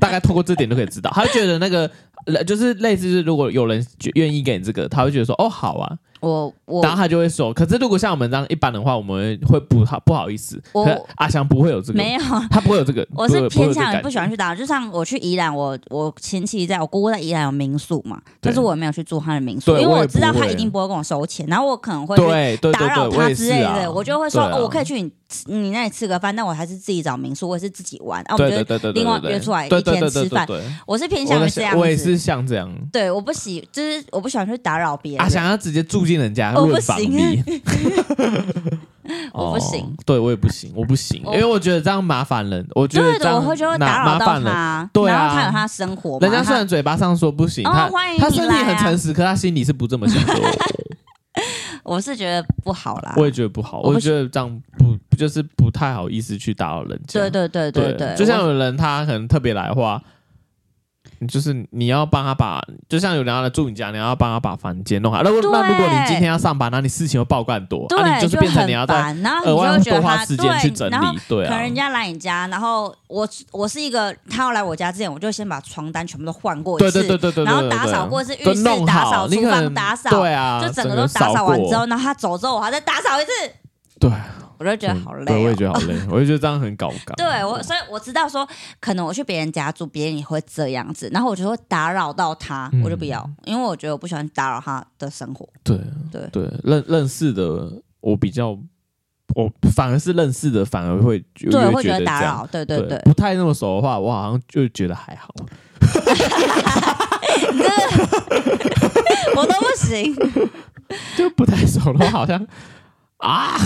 大概通过这点就可以知道，他就觉得那个呃就是类似，是如果有人就愿意给你这个，他会觉得说哦好啊，
我我
然后他就会说。可是如果像我们这样一般的话，我们会不好不好意思。
我
可阿翔不会有这个，
没有，
他不会有这个，
我
不会
是
不会有这
偏
个
向于
感
不
觉
喜欢去打扰。就像我去宜兰，我我亲戚在我姑姑在宜兰有民宿嘛，但是
对
我没有去住他的民宿，
对
因为
我也
知道
不
他
会
一定不会跟我收钱，然后我可能会去
对对
打
对
扰
对，我
他
也
之
是
类
啊
的，，我就会说、
对啊
哦，我可以去你你那里吃个饭，但我还是自己找民宿，我也是自己玩啊，我
对
觉
对
得
对对对
另外
对
约出来
对
一天
对对对
吃饭
对对
我是偏
我
向
在
于这样
想
子，
我也是像这样，
对，我不喜，就是我不喜欢去打扰别人。
阿翔啊要直接住进人家
我哦不
论房
行
里。
我不行
哦，对我也不行，我不行，因
我
为我觉得这样麻烦人，我觉得
对
这
的，我
样
会就会
麻
打扰
麻
到
烦人。
他，
对啊
然后他有他的生活嘛，
人家虽然嘴巴上说不行，
哦
他
欢迎
他
你
身体
来
很
啊
诚实，可他心里是不这么想的。
他我是觉得不好啦。
我也觉得不好，
我
我
不
觉得这样不不就是不太好意思去打扰人家。
对对对对对，
就像
我
有人他可能特别来的话，你就是你要帮他把，就像有人要来住你家，你要帮他把房间弄好。那如果那
对
如果你今天要上班，那你事情又爆干多，
对、
啊那你就是变成
很
你要再
烦然后
额
你
外
就会觉
多
得
花
他
时间去整
对，然后
理。对
可能
啊
人，家来你家，然后我我是一个，他要来我家之前，我就先把床单全部都换过一
对
次，
对对对对，
然后
对
打
对
扫过是浴
都
室
弄
打
好
扫
你
厨
可
房
能
打扫
对啊，
就整
个
个都打扫完
过
之后，，然后他走之后，我还再打扫一次，
对，嗯
我就觉得好累、
对，我也
哦。
觉得好累，我就觉得这样很搞纲。
对我，所以我知道说，可能我去别人家住，别人也会这样子，然后我就会打扰到他，我就
嗯
不要，因为我觉得我不喜欢打扰他的生活。
对
对
对，认认识的我比较，我反而是认识的反而会就
对，
越
会
觉
得打
这样
扰，对对对，
不太那么熟的话，我好像就觉得还好。
我都不行。
就不太熟的话，好像啊，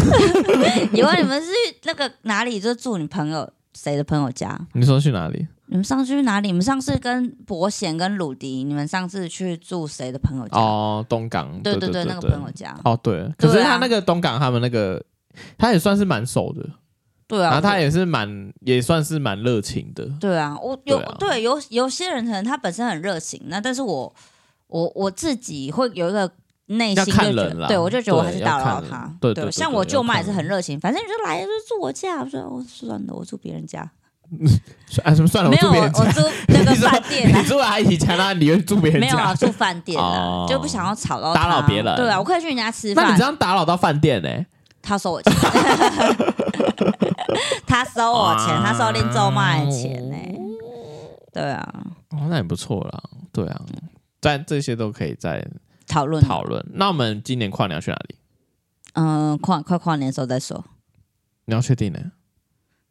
以后你们是那个哪里就住你朋友谁的朋友家？
你说去哪里？
你们上次去哪里？你们上次跟伯贤跟鲁迪，你们上次去住谁的朋友家？
哦，东港，
对
对
对对，那个朋友家。
哦，对，可是
对啊
他那个东港，他们那个他也算是蛮熟的，
对
然
啊，
后他
我
也是蛮也算是蛮热情的，
对啊，我有
对啊
对有有些人可能他本身很热情，那但是我我我自己会有一个内心
要
就
看
觉
人
得，
啦
对我就觉得我还是
对要
打扰
看
他
人。对对对
像
对
我
要
舅妈也
看人
是很热情，反正你就来就住我家，我说我算了，我住别 人家，
啊，什么算了，
没
住
有
别
我
人
我
家，
住那个
你说
饭店啊
你。住阿姨家，那你又住别人
没有啊，
家，
住饭店啊
哦，
就不想要吵到
打扰
他
别人
对啊，我可以去人家吃
那
饭
你这，样打扰到饭店呢？
他收我钱， 他收我钱，
啊
他收林周卖的钱呢、对啊，
哦，那也不错啦，对啊，但这些都可以再
讨论
讨，论。那我们今年跨年要去哪里？
嗯、跨快跨年的时候再说。
你要确定呢？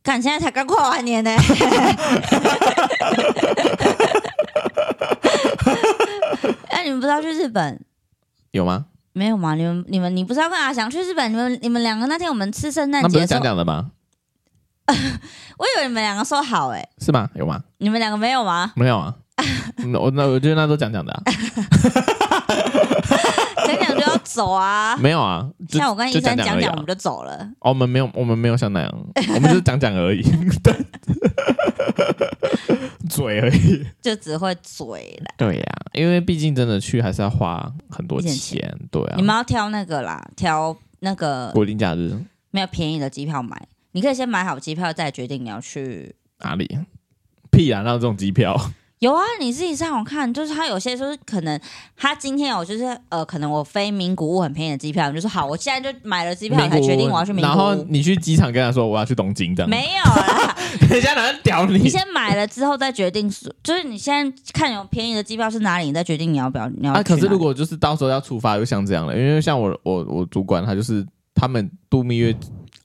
干，现在才刚跨 完年呢、哎、你们不是要去日本？
有吗？
没有吗？你们你们你不是要跟阿翔去日本？你们你们两个那天我们吃圣诞
那不
节
是
的时
讲
候，
讲的吗？
我以为你们两个说好哎、
是吗？有吗？
你们两个没有吗？
没有 啊。嗯我那我觉得那都讲讲的啊，，
讲讲就要走啊
没有啊，就
像我跟医
就
生
讲
讲
而已
讲，
啊
我们就走了。
哦我们没有，我们没有像那 样，我们就是讲讲而已， 对，嘴而已。
就只会嘴啦。
对呀、因为毕竟真的去还是要花很多
啊一点
钱，
钱
对啊
你。们要挑那个啦，挑那个
国定假日
没有便宜的机票买。你可以先买好机票，再决定你要去。
哪里？屁啊！那这种机票，
有啊，你自己上网看，就是他有些就是可能他今天有就是呃，可能我飞名古屋很便宜的机票，你就说好，我现在就买了机票，
名
我
古
才
屋
决定我要去名
然
古
后
屋。
你去机场跟他说我要去东京，这样
没有 啦，
人家哪能屌
你
你？
先买了之后再决定，就是你现在看有便宜的机票是哪里，你再决定你要不要你要去哪
啊，
里。
可是如果就是到时候要出发，就像这样了，因为像我我我主管他就是他们度蜜月，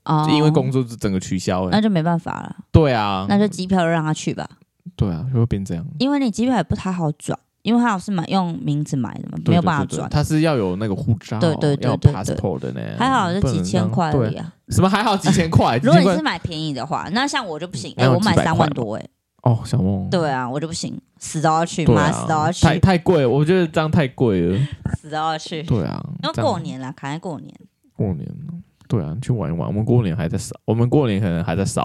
哦
因为工作整个取消、欸，
那就没办法了，
对啊，
那就机票就让他去吧。
对啊，就会变这样。
因为你机票也不太好转，因为他好像是买用名字买的嘛，没有办法
对对对
转。
他是要有那个护照，
对对对
要有
对对
passport 的呢。
还好是
嗯不能
几千块
这样
而已
对，
啊。
什么还好几千块？
如果你
几千块
是买便宜的话，那像我就不行，
那
哎，
有
我买
几百块
三万多哎，
哦，小梦，
对啊，我就不行，死都要去，
对
妈死都要
啊，太
去，
太贵，我觉得这样太贵了。
死都要去。
对啊，哦
因为
这样
过年啦，卡在过年，
过年，对啊，去玩一玩。我们过年还在烧，我们过年可能还在烧，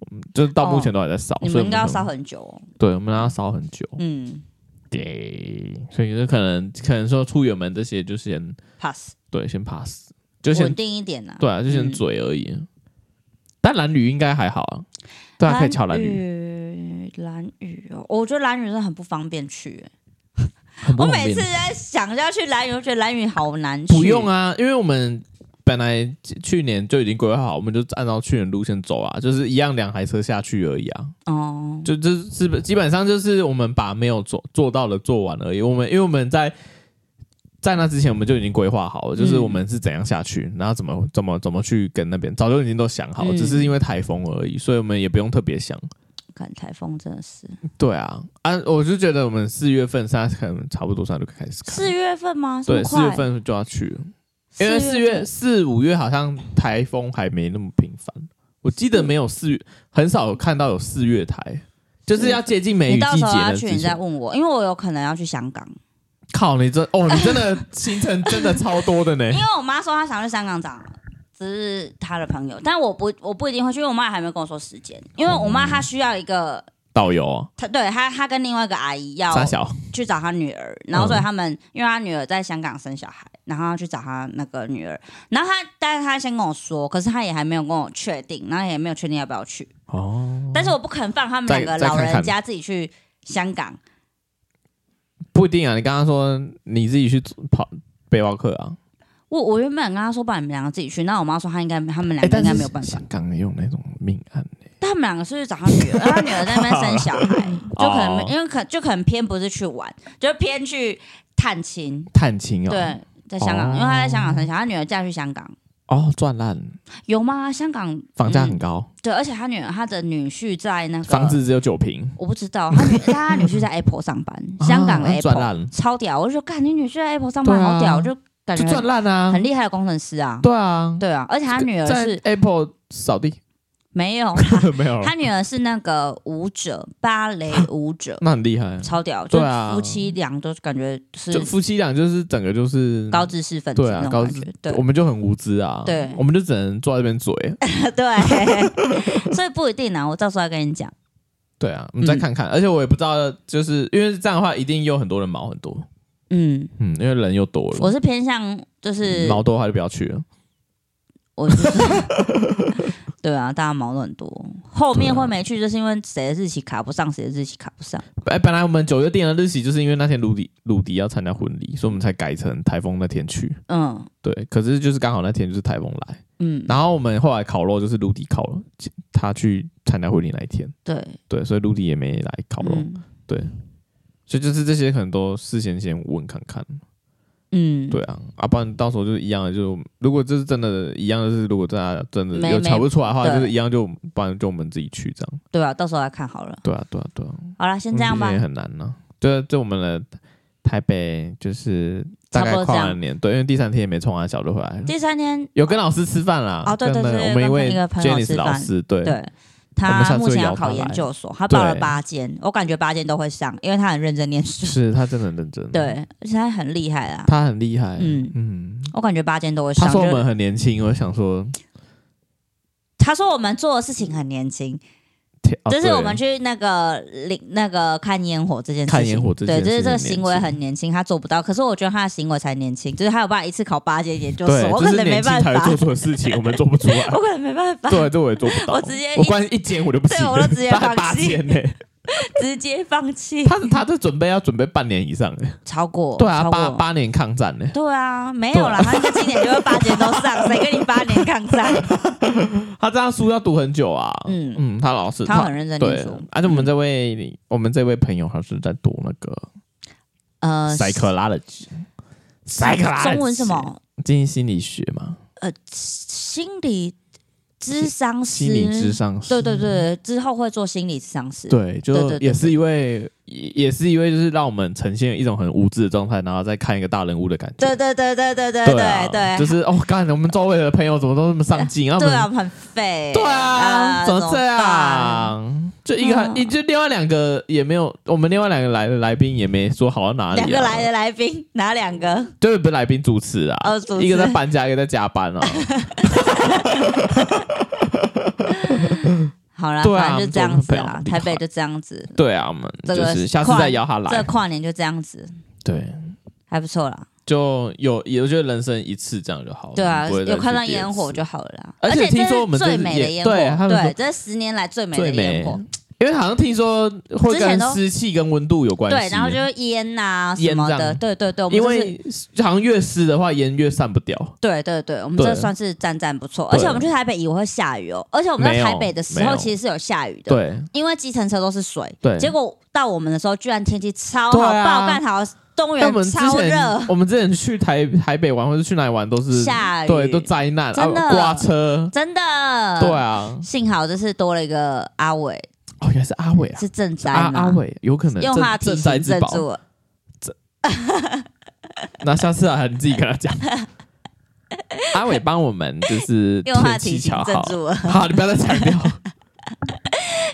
我们就是到目前都还在烧，
哦你
所以
们应该要
可能
烧。很久哦。
对，我们要烧很久。
嗯
对，所以就可能可能说出远门这些就先
，pass，
对先 pass，就先
稳定一点啦。
对啊，就先
嗯
嘴而已。但蓝旅应该还好啊，对啊，可以敲蓝旅。
雨，蓝雨哦，我觉得蓝雨真的很不方便去。哎
很不
我
方
每
便
次在想要去蓝雨，我觉得蓝雨好难去。
不用啊，因为我们本来去年就已经规划好，我们就按照去年路线走啊，就是一样两台车下去而已啊，
哦，
就这基本基本上就是我们把没有做做到的做完而已。我们因为我们在在那之前我们就已经规划好了，就是
嗯
我们是怎样下去，然后怎么怎么怎么去跟那边，早就已经都想好，
嗯
只是因为台风而已，所以我们也不用特别想。
看台风真的是
对啊，啊，我就觉得我们四月份现在可能差不多，现在就开始看。
四月份吗？这么
对，四月
快
份就要去了。因为四月
份
四五月好像台风还没那么频繁，我记得没有四月，很少有看到有四月台，就是要接近梅
你
雨
到
季
时
节
候要
的
去，
之
你再
前。
问我，因为我有可能要去香港，
靠，你这哦，你真的行程真的超多的 呢
因。为我妈说她想去香港找，只是她的朋友，但我不我不一定会去，因为我妈还没跟我说时间，因为我妈她需要一个，
导游哦
她对她她跟另外一个阿姨要
傻小，
去找她女儿，然后所以他们、因为她女儿在香港生小孩，然后要去找她那个女儿，然后她但是她先跟我说，可是她也还没有跟我确定，然后也没有确定要不要去，
哦，
但是我不肯放他们
再
两个
再
老
看
人
看
家自己去香港。
不一定啊。你刚刚说你自己去跑背包客啊，
我我原本跟她说，不然你们两个自己去。那我妈说她应该他们
哎、
两个
但
应
是
该没有办法
香。港也有那种命案、欸，
但他们两个是去找他女儿， 他女儿在那边生小孩，就可能
哦
因为可就可能偏不是去玩，就偏去探亲。
探亲哦，，
对，在香港，
哦
因为他在香港生小孩，他女儿嫁去香港
哦，赚烂，
有吗？香港
房价
嗯
很高，
对，而且他女儿他的女婿在那个
房子只有九平，
我不知道，他女但他女 婿在 Apple 上班，香港的
啊赚
Apple、
烂了
超屌，我就说，干你女婿在 Apple 上班
对啊
好屌，就感
就赚
觉
烂啊，
很厉害的工程师啊，
对啊，
对啊，而且他女儿
在
是
Apple 扫地
没有啦，
没有了，
他女儿是那个舞者，芭蕾舞者
那很厉害，
超屌，
对
就
啊
夫妻俩都感觉是
就夫妻俩就是整个就是
高知识分子
对啊
那
高
种感
知
觉，对
我们就很无知啊，
对
我们就只能坐在这边 嘴，
对， 所以不一定啊，我到时候再跟你讲。
对啊，我们再看看，而且我也不知道，就是因为这样的话，一定有很多人毛很多，
嗯，
嗯，因为人又多了，
我是偏向就是
毛多的话就不要去了，
我就是 对啊，大家矛盾很多。后面
啊
会没去，就是因为谁的日期卡不上，谁的日期卡不上。
哎，本来我们九月定的日期，就是因为那天鲁迪鲁迪要参加婚礼，所以我们才改成台风那天去，
嗯
对，可是就是刚好那天就是台风来，
嗯，
然后我们后来烤肉就是鲁迪烤了，他去参加婚礼那一天，
对，
对，所以鲁迪也没来烤肉，
嗯
所以就是这些可能都事先先问看看，
嗯，
对啊，啊，不然到时候就是一样的，就如果这是真的，一样的是，如果大家真的
没
有
没
瞧不出来的话，
对
就是一样就，不然就我们自己去这样。
对啊，到时候来看好了。
对啊，对啊，对啊，
好啦，先这样吧
也。很难呢、对，就我们的台北就是大
差不
概
多
跨
这样
完年，对，因为第三天也没冲完啊小就回来了，
第三天，
有跟老师吃饭啦。
哦对对
跟
对
我们一位
跟一个朋友
Jenny
吃饭
老师，对
对
我们
他
下次
目前
会
要
邀他
考研
来
究所，他报了
对
八间，我感觉八间都会上，因为他很认真念书。
是他真的很认真，，
对，而且他很厉害啦，
嗯他很厉害，嗯
嗯
嗯。
我感觉八间都会
他
上。
说我
就
们很年轻，我想说，
嗯他说我们做的事情很年轻，
天哦
就是
对
我们去那个领那个看烟火这件事情，
看烟火这件
对，
事
就是这个
情很
行为
年轻
很年轻，他做不到。可是我觉得他的行为才年轻，就是他有办法一次考八节研究所，
对，
我
就
可
是
能没
年轻
办
才
法
会，做出的事情，我们做不出来。
我可能没办法，
对，这我也做不到。
我直接一
我关一间我就不行，
对我都直接
他还
放
八
弃
间呢。
直接放弃，
他他这准备要准备半年以上欸
超过，
对啊，
超
八
过，
八年抗战呢。
对啊，没有啦，他应该今年就会八节都上，谁跟你八年抗战？
他这样书要读很久啊。嗯
嗯
嗯， 他老是
他很认真念
对
书，，
而且我们这位我们这位朋友他是在读那个
呃，
psychology。psychology
中文什？么？
经济心理学嘛，
心理智商师，
心理智商师。
对对对，之后会做心理智商师，
对，
对对
就
对对
也是一位，也也是一位，就是让我们呈现一种很无知的状态，然后再看一个大人物的感觉。
对对对对对对
对啊
对对，
就是 哦，干，我们周围的朋友怎么都那么上进，他
对
们
啊，很废。
对啊，怎么这
办？
样？就一个，
嗯
你就另外两个也没有，我们另外两个来的来宾也没说好到哪里啊，
两个来的来宾，哪两个？
就是不是来宾主持啊
哦主，持
一个在搬家，一个在加班 啊，
好啦，
对啊
反正就这样子
我
啦
们，
台北就这样子，
对啊，我们
这
就
个
是下次
跨
再邀他
这
来，
跨年就这样子，
对，
还不错啦。
就有，也就人生一次这样就好了，
对啊，
不会再
有看到
去第二
烟火
次，
就好了啦。
而且
且
听
这
说我
是
们这
最
是
美的
也
烟火，
对他们说
对，这是十年来最美的
最美
烟火，
因为好像听说会
之前
跟
都
湿气跟温度有关系，
对，然后就是烟呐
烟
什么
这
的，
样
对对对，我们
因
就是
为好像越湿的话，烟越散不掉。
对对对，我们
对
这算是战战不错，
对
而且我们去台北以为会下雨哦，而且我们
没
在
有
台北的时
没有
候其实是有下雨的，
对，
因为计程车都是水，
对
结果到我们的时候，居然天气超好，
对啊
爆干好，动物
但我们
园
之
超热
前，我们之前去台台北玩或者去哪里玩都是
下雨
对，都灾难，
真的呃
啊、刮车，
真的。
对，啊，
幸好就是多了一个阿伟，
哦，原来是阿伟啊，
是赈灾
阿
嘛
阿伟有可能
用他的
镇
体
镇灾
型
之
镇
宝，
住了。
那下次啊，你自己跟他 讲。阿伟帮我们就是
用他
天
的
气
体型
调
镇
好，
住了，
好，你不要再强调，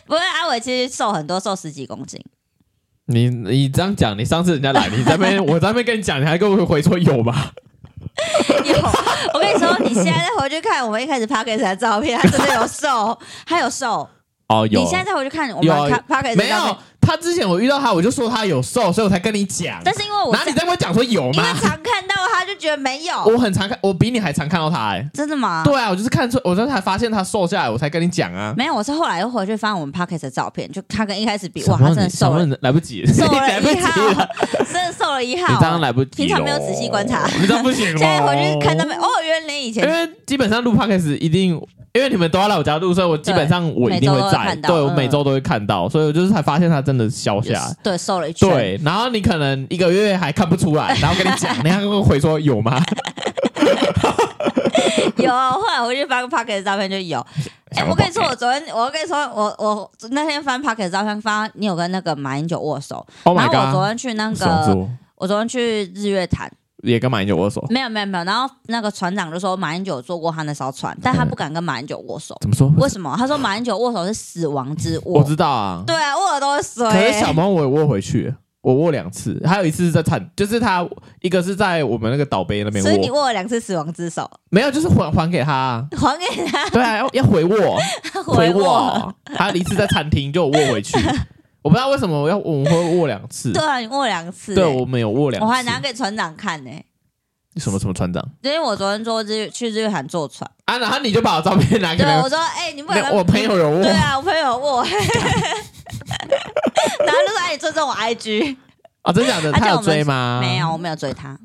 不过阿伟其实瘦很多，瘦十几公斤。
你你这样讲，你上次人家来，你在那边我在那边跟你讲，你还跟我回说有吧？
有，我跟你说，你现在再回去看我们一开始 p o d c a s 的照片，他真的有瘦，他有瘦。
哦，有
你，现在再回去看我
有
们 p o d c a s
没
的照
有
片，？
他之前我遇到他，我就说他有瘦，所以我才跟你讲。
但是因为我
然后你
在
再跟我讲说有
因
吗
为？常看到他就觉得没有，
我很常看，我比你还常看到他哎、
真的吗？
对啊，我就是看出，我这才发现他瘦下来，我才跟你讲啊。
没有，我是后来又回去翻我们 p o c k e t 的照片，就他跟一开始比，哇，他真的
想
瘦
不到
了
你，来不及，
瘦
来
了
不
一
及
号
了，，
真的瘦了一
你
号
当。然来不及。
平常没有仔细观察，
你这样不行咯。
现在回去看他们，哦，原来连以
因
前
为基本上录 podcast 一定，因为你们都要来我家录，所以我基本上我一定
每周都会
在，
看到
对我
嗯
每周都会看到，所以我就是才发现他真的消下来。
对瘦了一圈，
对，然后你可能一个月还看不出 来，然后跟你讲，你还跟我回说有吗？
有，啊后来回去翻 p o c k e t 照片就有。 哎、
想
我
不
跟你说，
懂
我昨天我跟你说，我我那天翻 p o c k e t 照片，发你有跟那个马英九握手。
，Oh my
然后我昨
god，
天去那
什么
个，
座
我昨天去日月潭，
也跟马英九握 手，
没有没有没有。然后那个船长就说马英九有坐过他那艘船，但他不敢跟马英九握手。
怎么说？
为什么？他说马英九握手是死亡之
嗯
握。
我知道啊，
对啊，握了都会水、
可是小猫我也握回去，我握两次，还有一次是在产，就是他一个是在我们那个岛杯那边
所以你
握，
握了两次死亡之手，
没有，就是还还给他啊，
还给他
对啊，要要回握。回啊
握。
握，还有一次在餐厅就有握回 去，我不知道为什么我要我们会握两次
对，啊，你握两次、
对
欸
我们有握两次，
我还拿给船长看呢、
什么什么船长
因为我昨天坐日去日月潭坐船，
啊，然后你就把我照片拿给
对，
那
我
个
说哎、你不
那
能
我朋友有握
对，啊，我朋友握， 然后就说哎，你尊重我 IG，
啊，真假的，
而且
他
我
有
们
追吗？
没有，我没有追他，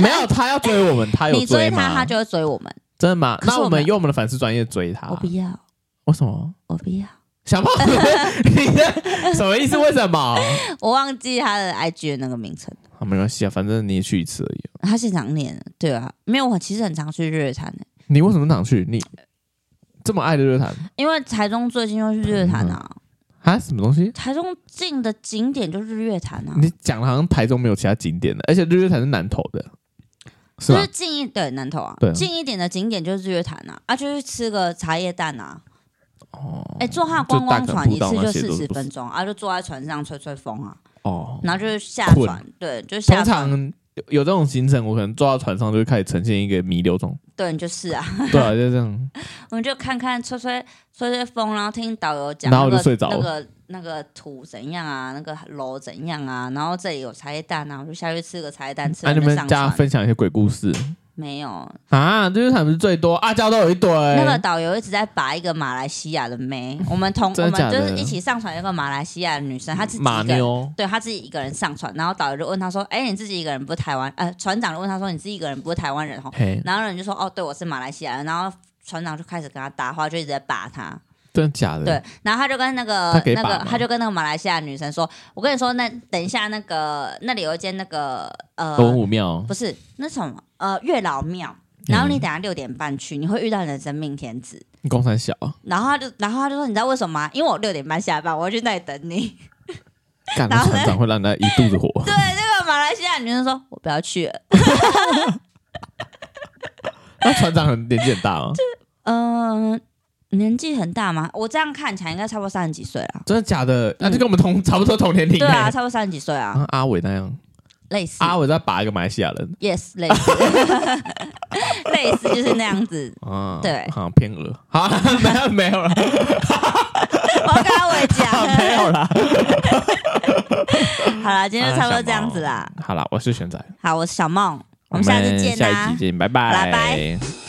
没有，他要追我们，他有
你追他，
吗
他？就会追我们，
真的吗？
可是
那我
我没
们
有
用我们的粉丝专业追他
我，不要，
为什么？
我不要，
小猫，你的什么意思？为什么？
我忘记他的 IG 的那个名称，
啊，没关系啊，反正你也去一次而已啊。
他现场念的，对啊，没有，我其实很常去日月潭的、
你为什么想去？你这么爱的热谈
因为台中最近就是日月潭啊，
啊？什么东西？
台中近的景点就是日月潭啊，
你讲的好像台中没有其他景点的，而且日月潭是南投的，是
就
吧
是？近一对南投啊
对啊，
近一点的景点就是日月潭啊，啊，就去吃个茶叶蛋啊。
哦
哎、坐他的观光船一次
就
就
大港步道
四
那些
十
都不是
分钟啊，就坐在船上吹吹风啊，
哦，
然后就是下
困
船，对，就
通
下船，
常有有这种行程，我可能坐到船上就会开始呈现一个弥留 状，
对，就是啊，
对啊，就这 样。
我们就看看吹吹吹吹风，然后听导游讲、那
然
个，
后我就睡着了
那个那个土怎样啊，那个楼怎样啊，然后这里有茶叶蛋啊，我就下去吃个茶叶蛋，吃
那、
完
啊你
就
们
上
家
船。
分享一些鬼故事
没有，
啊？日月潭不是最多，阿娇都有一堆。
那个导游一直在拔一个马来西亚的妹，我们同我
真的
们
假的
就是一起上船，有个马来西亚的女生，她自己
马
一个人
妞，
对他自己一个人上船，然后导游就问他说：“哎、你自己一个人不是台湾？”呃，船长就问他说：“你自己一个人不是台湾人吼
嘿？”，
然后人就说：“哦，对，我是马来西亚人。”然后船长就开始跟他搭话，就一直在把他。
真的假的？
对，，然后他就跟那个
他可以
那
把
个
吗，
他就跟那个马来西亚女生说：“我跟你说，那等一下那个那里有一间那个呃，
文武庙
不是那什么呃月老庙，然后你
嗯
等一下六点半去，你会遇到你的真命天子。”
工山小，
然后他就，然后他就说：“你知道为什么吗？因为我六点半下班，我要去那里等你。”
干
然
了
后呢
船长会让人家一肚 子火。
对，那个马来西亚女生说：“我不要去了。
那船长很年纪很大哦吗？
嗯，年纪很大吗？我这样看起来应该差不多三十几岁了。
真的假的？那、就跟我们同差不多同年龄、欸。
嗯对啊，差不多三十几岁啊，
像阿伟那样，
类似、
阿伟在把一个马来西亚人
y e s 类似， 类似就是那样子。
啊，
对
好像偏鹅， 好，没有没有了，
我要跟阿伟讲，
没有 了，
好啦，今天就差不多这样子啦。
好了，我是玄仔，
好，我是小梦，我们下次见啊
下
啦
一集。见，拜拜，
好啦拜。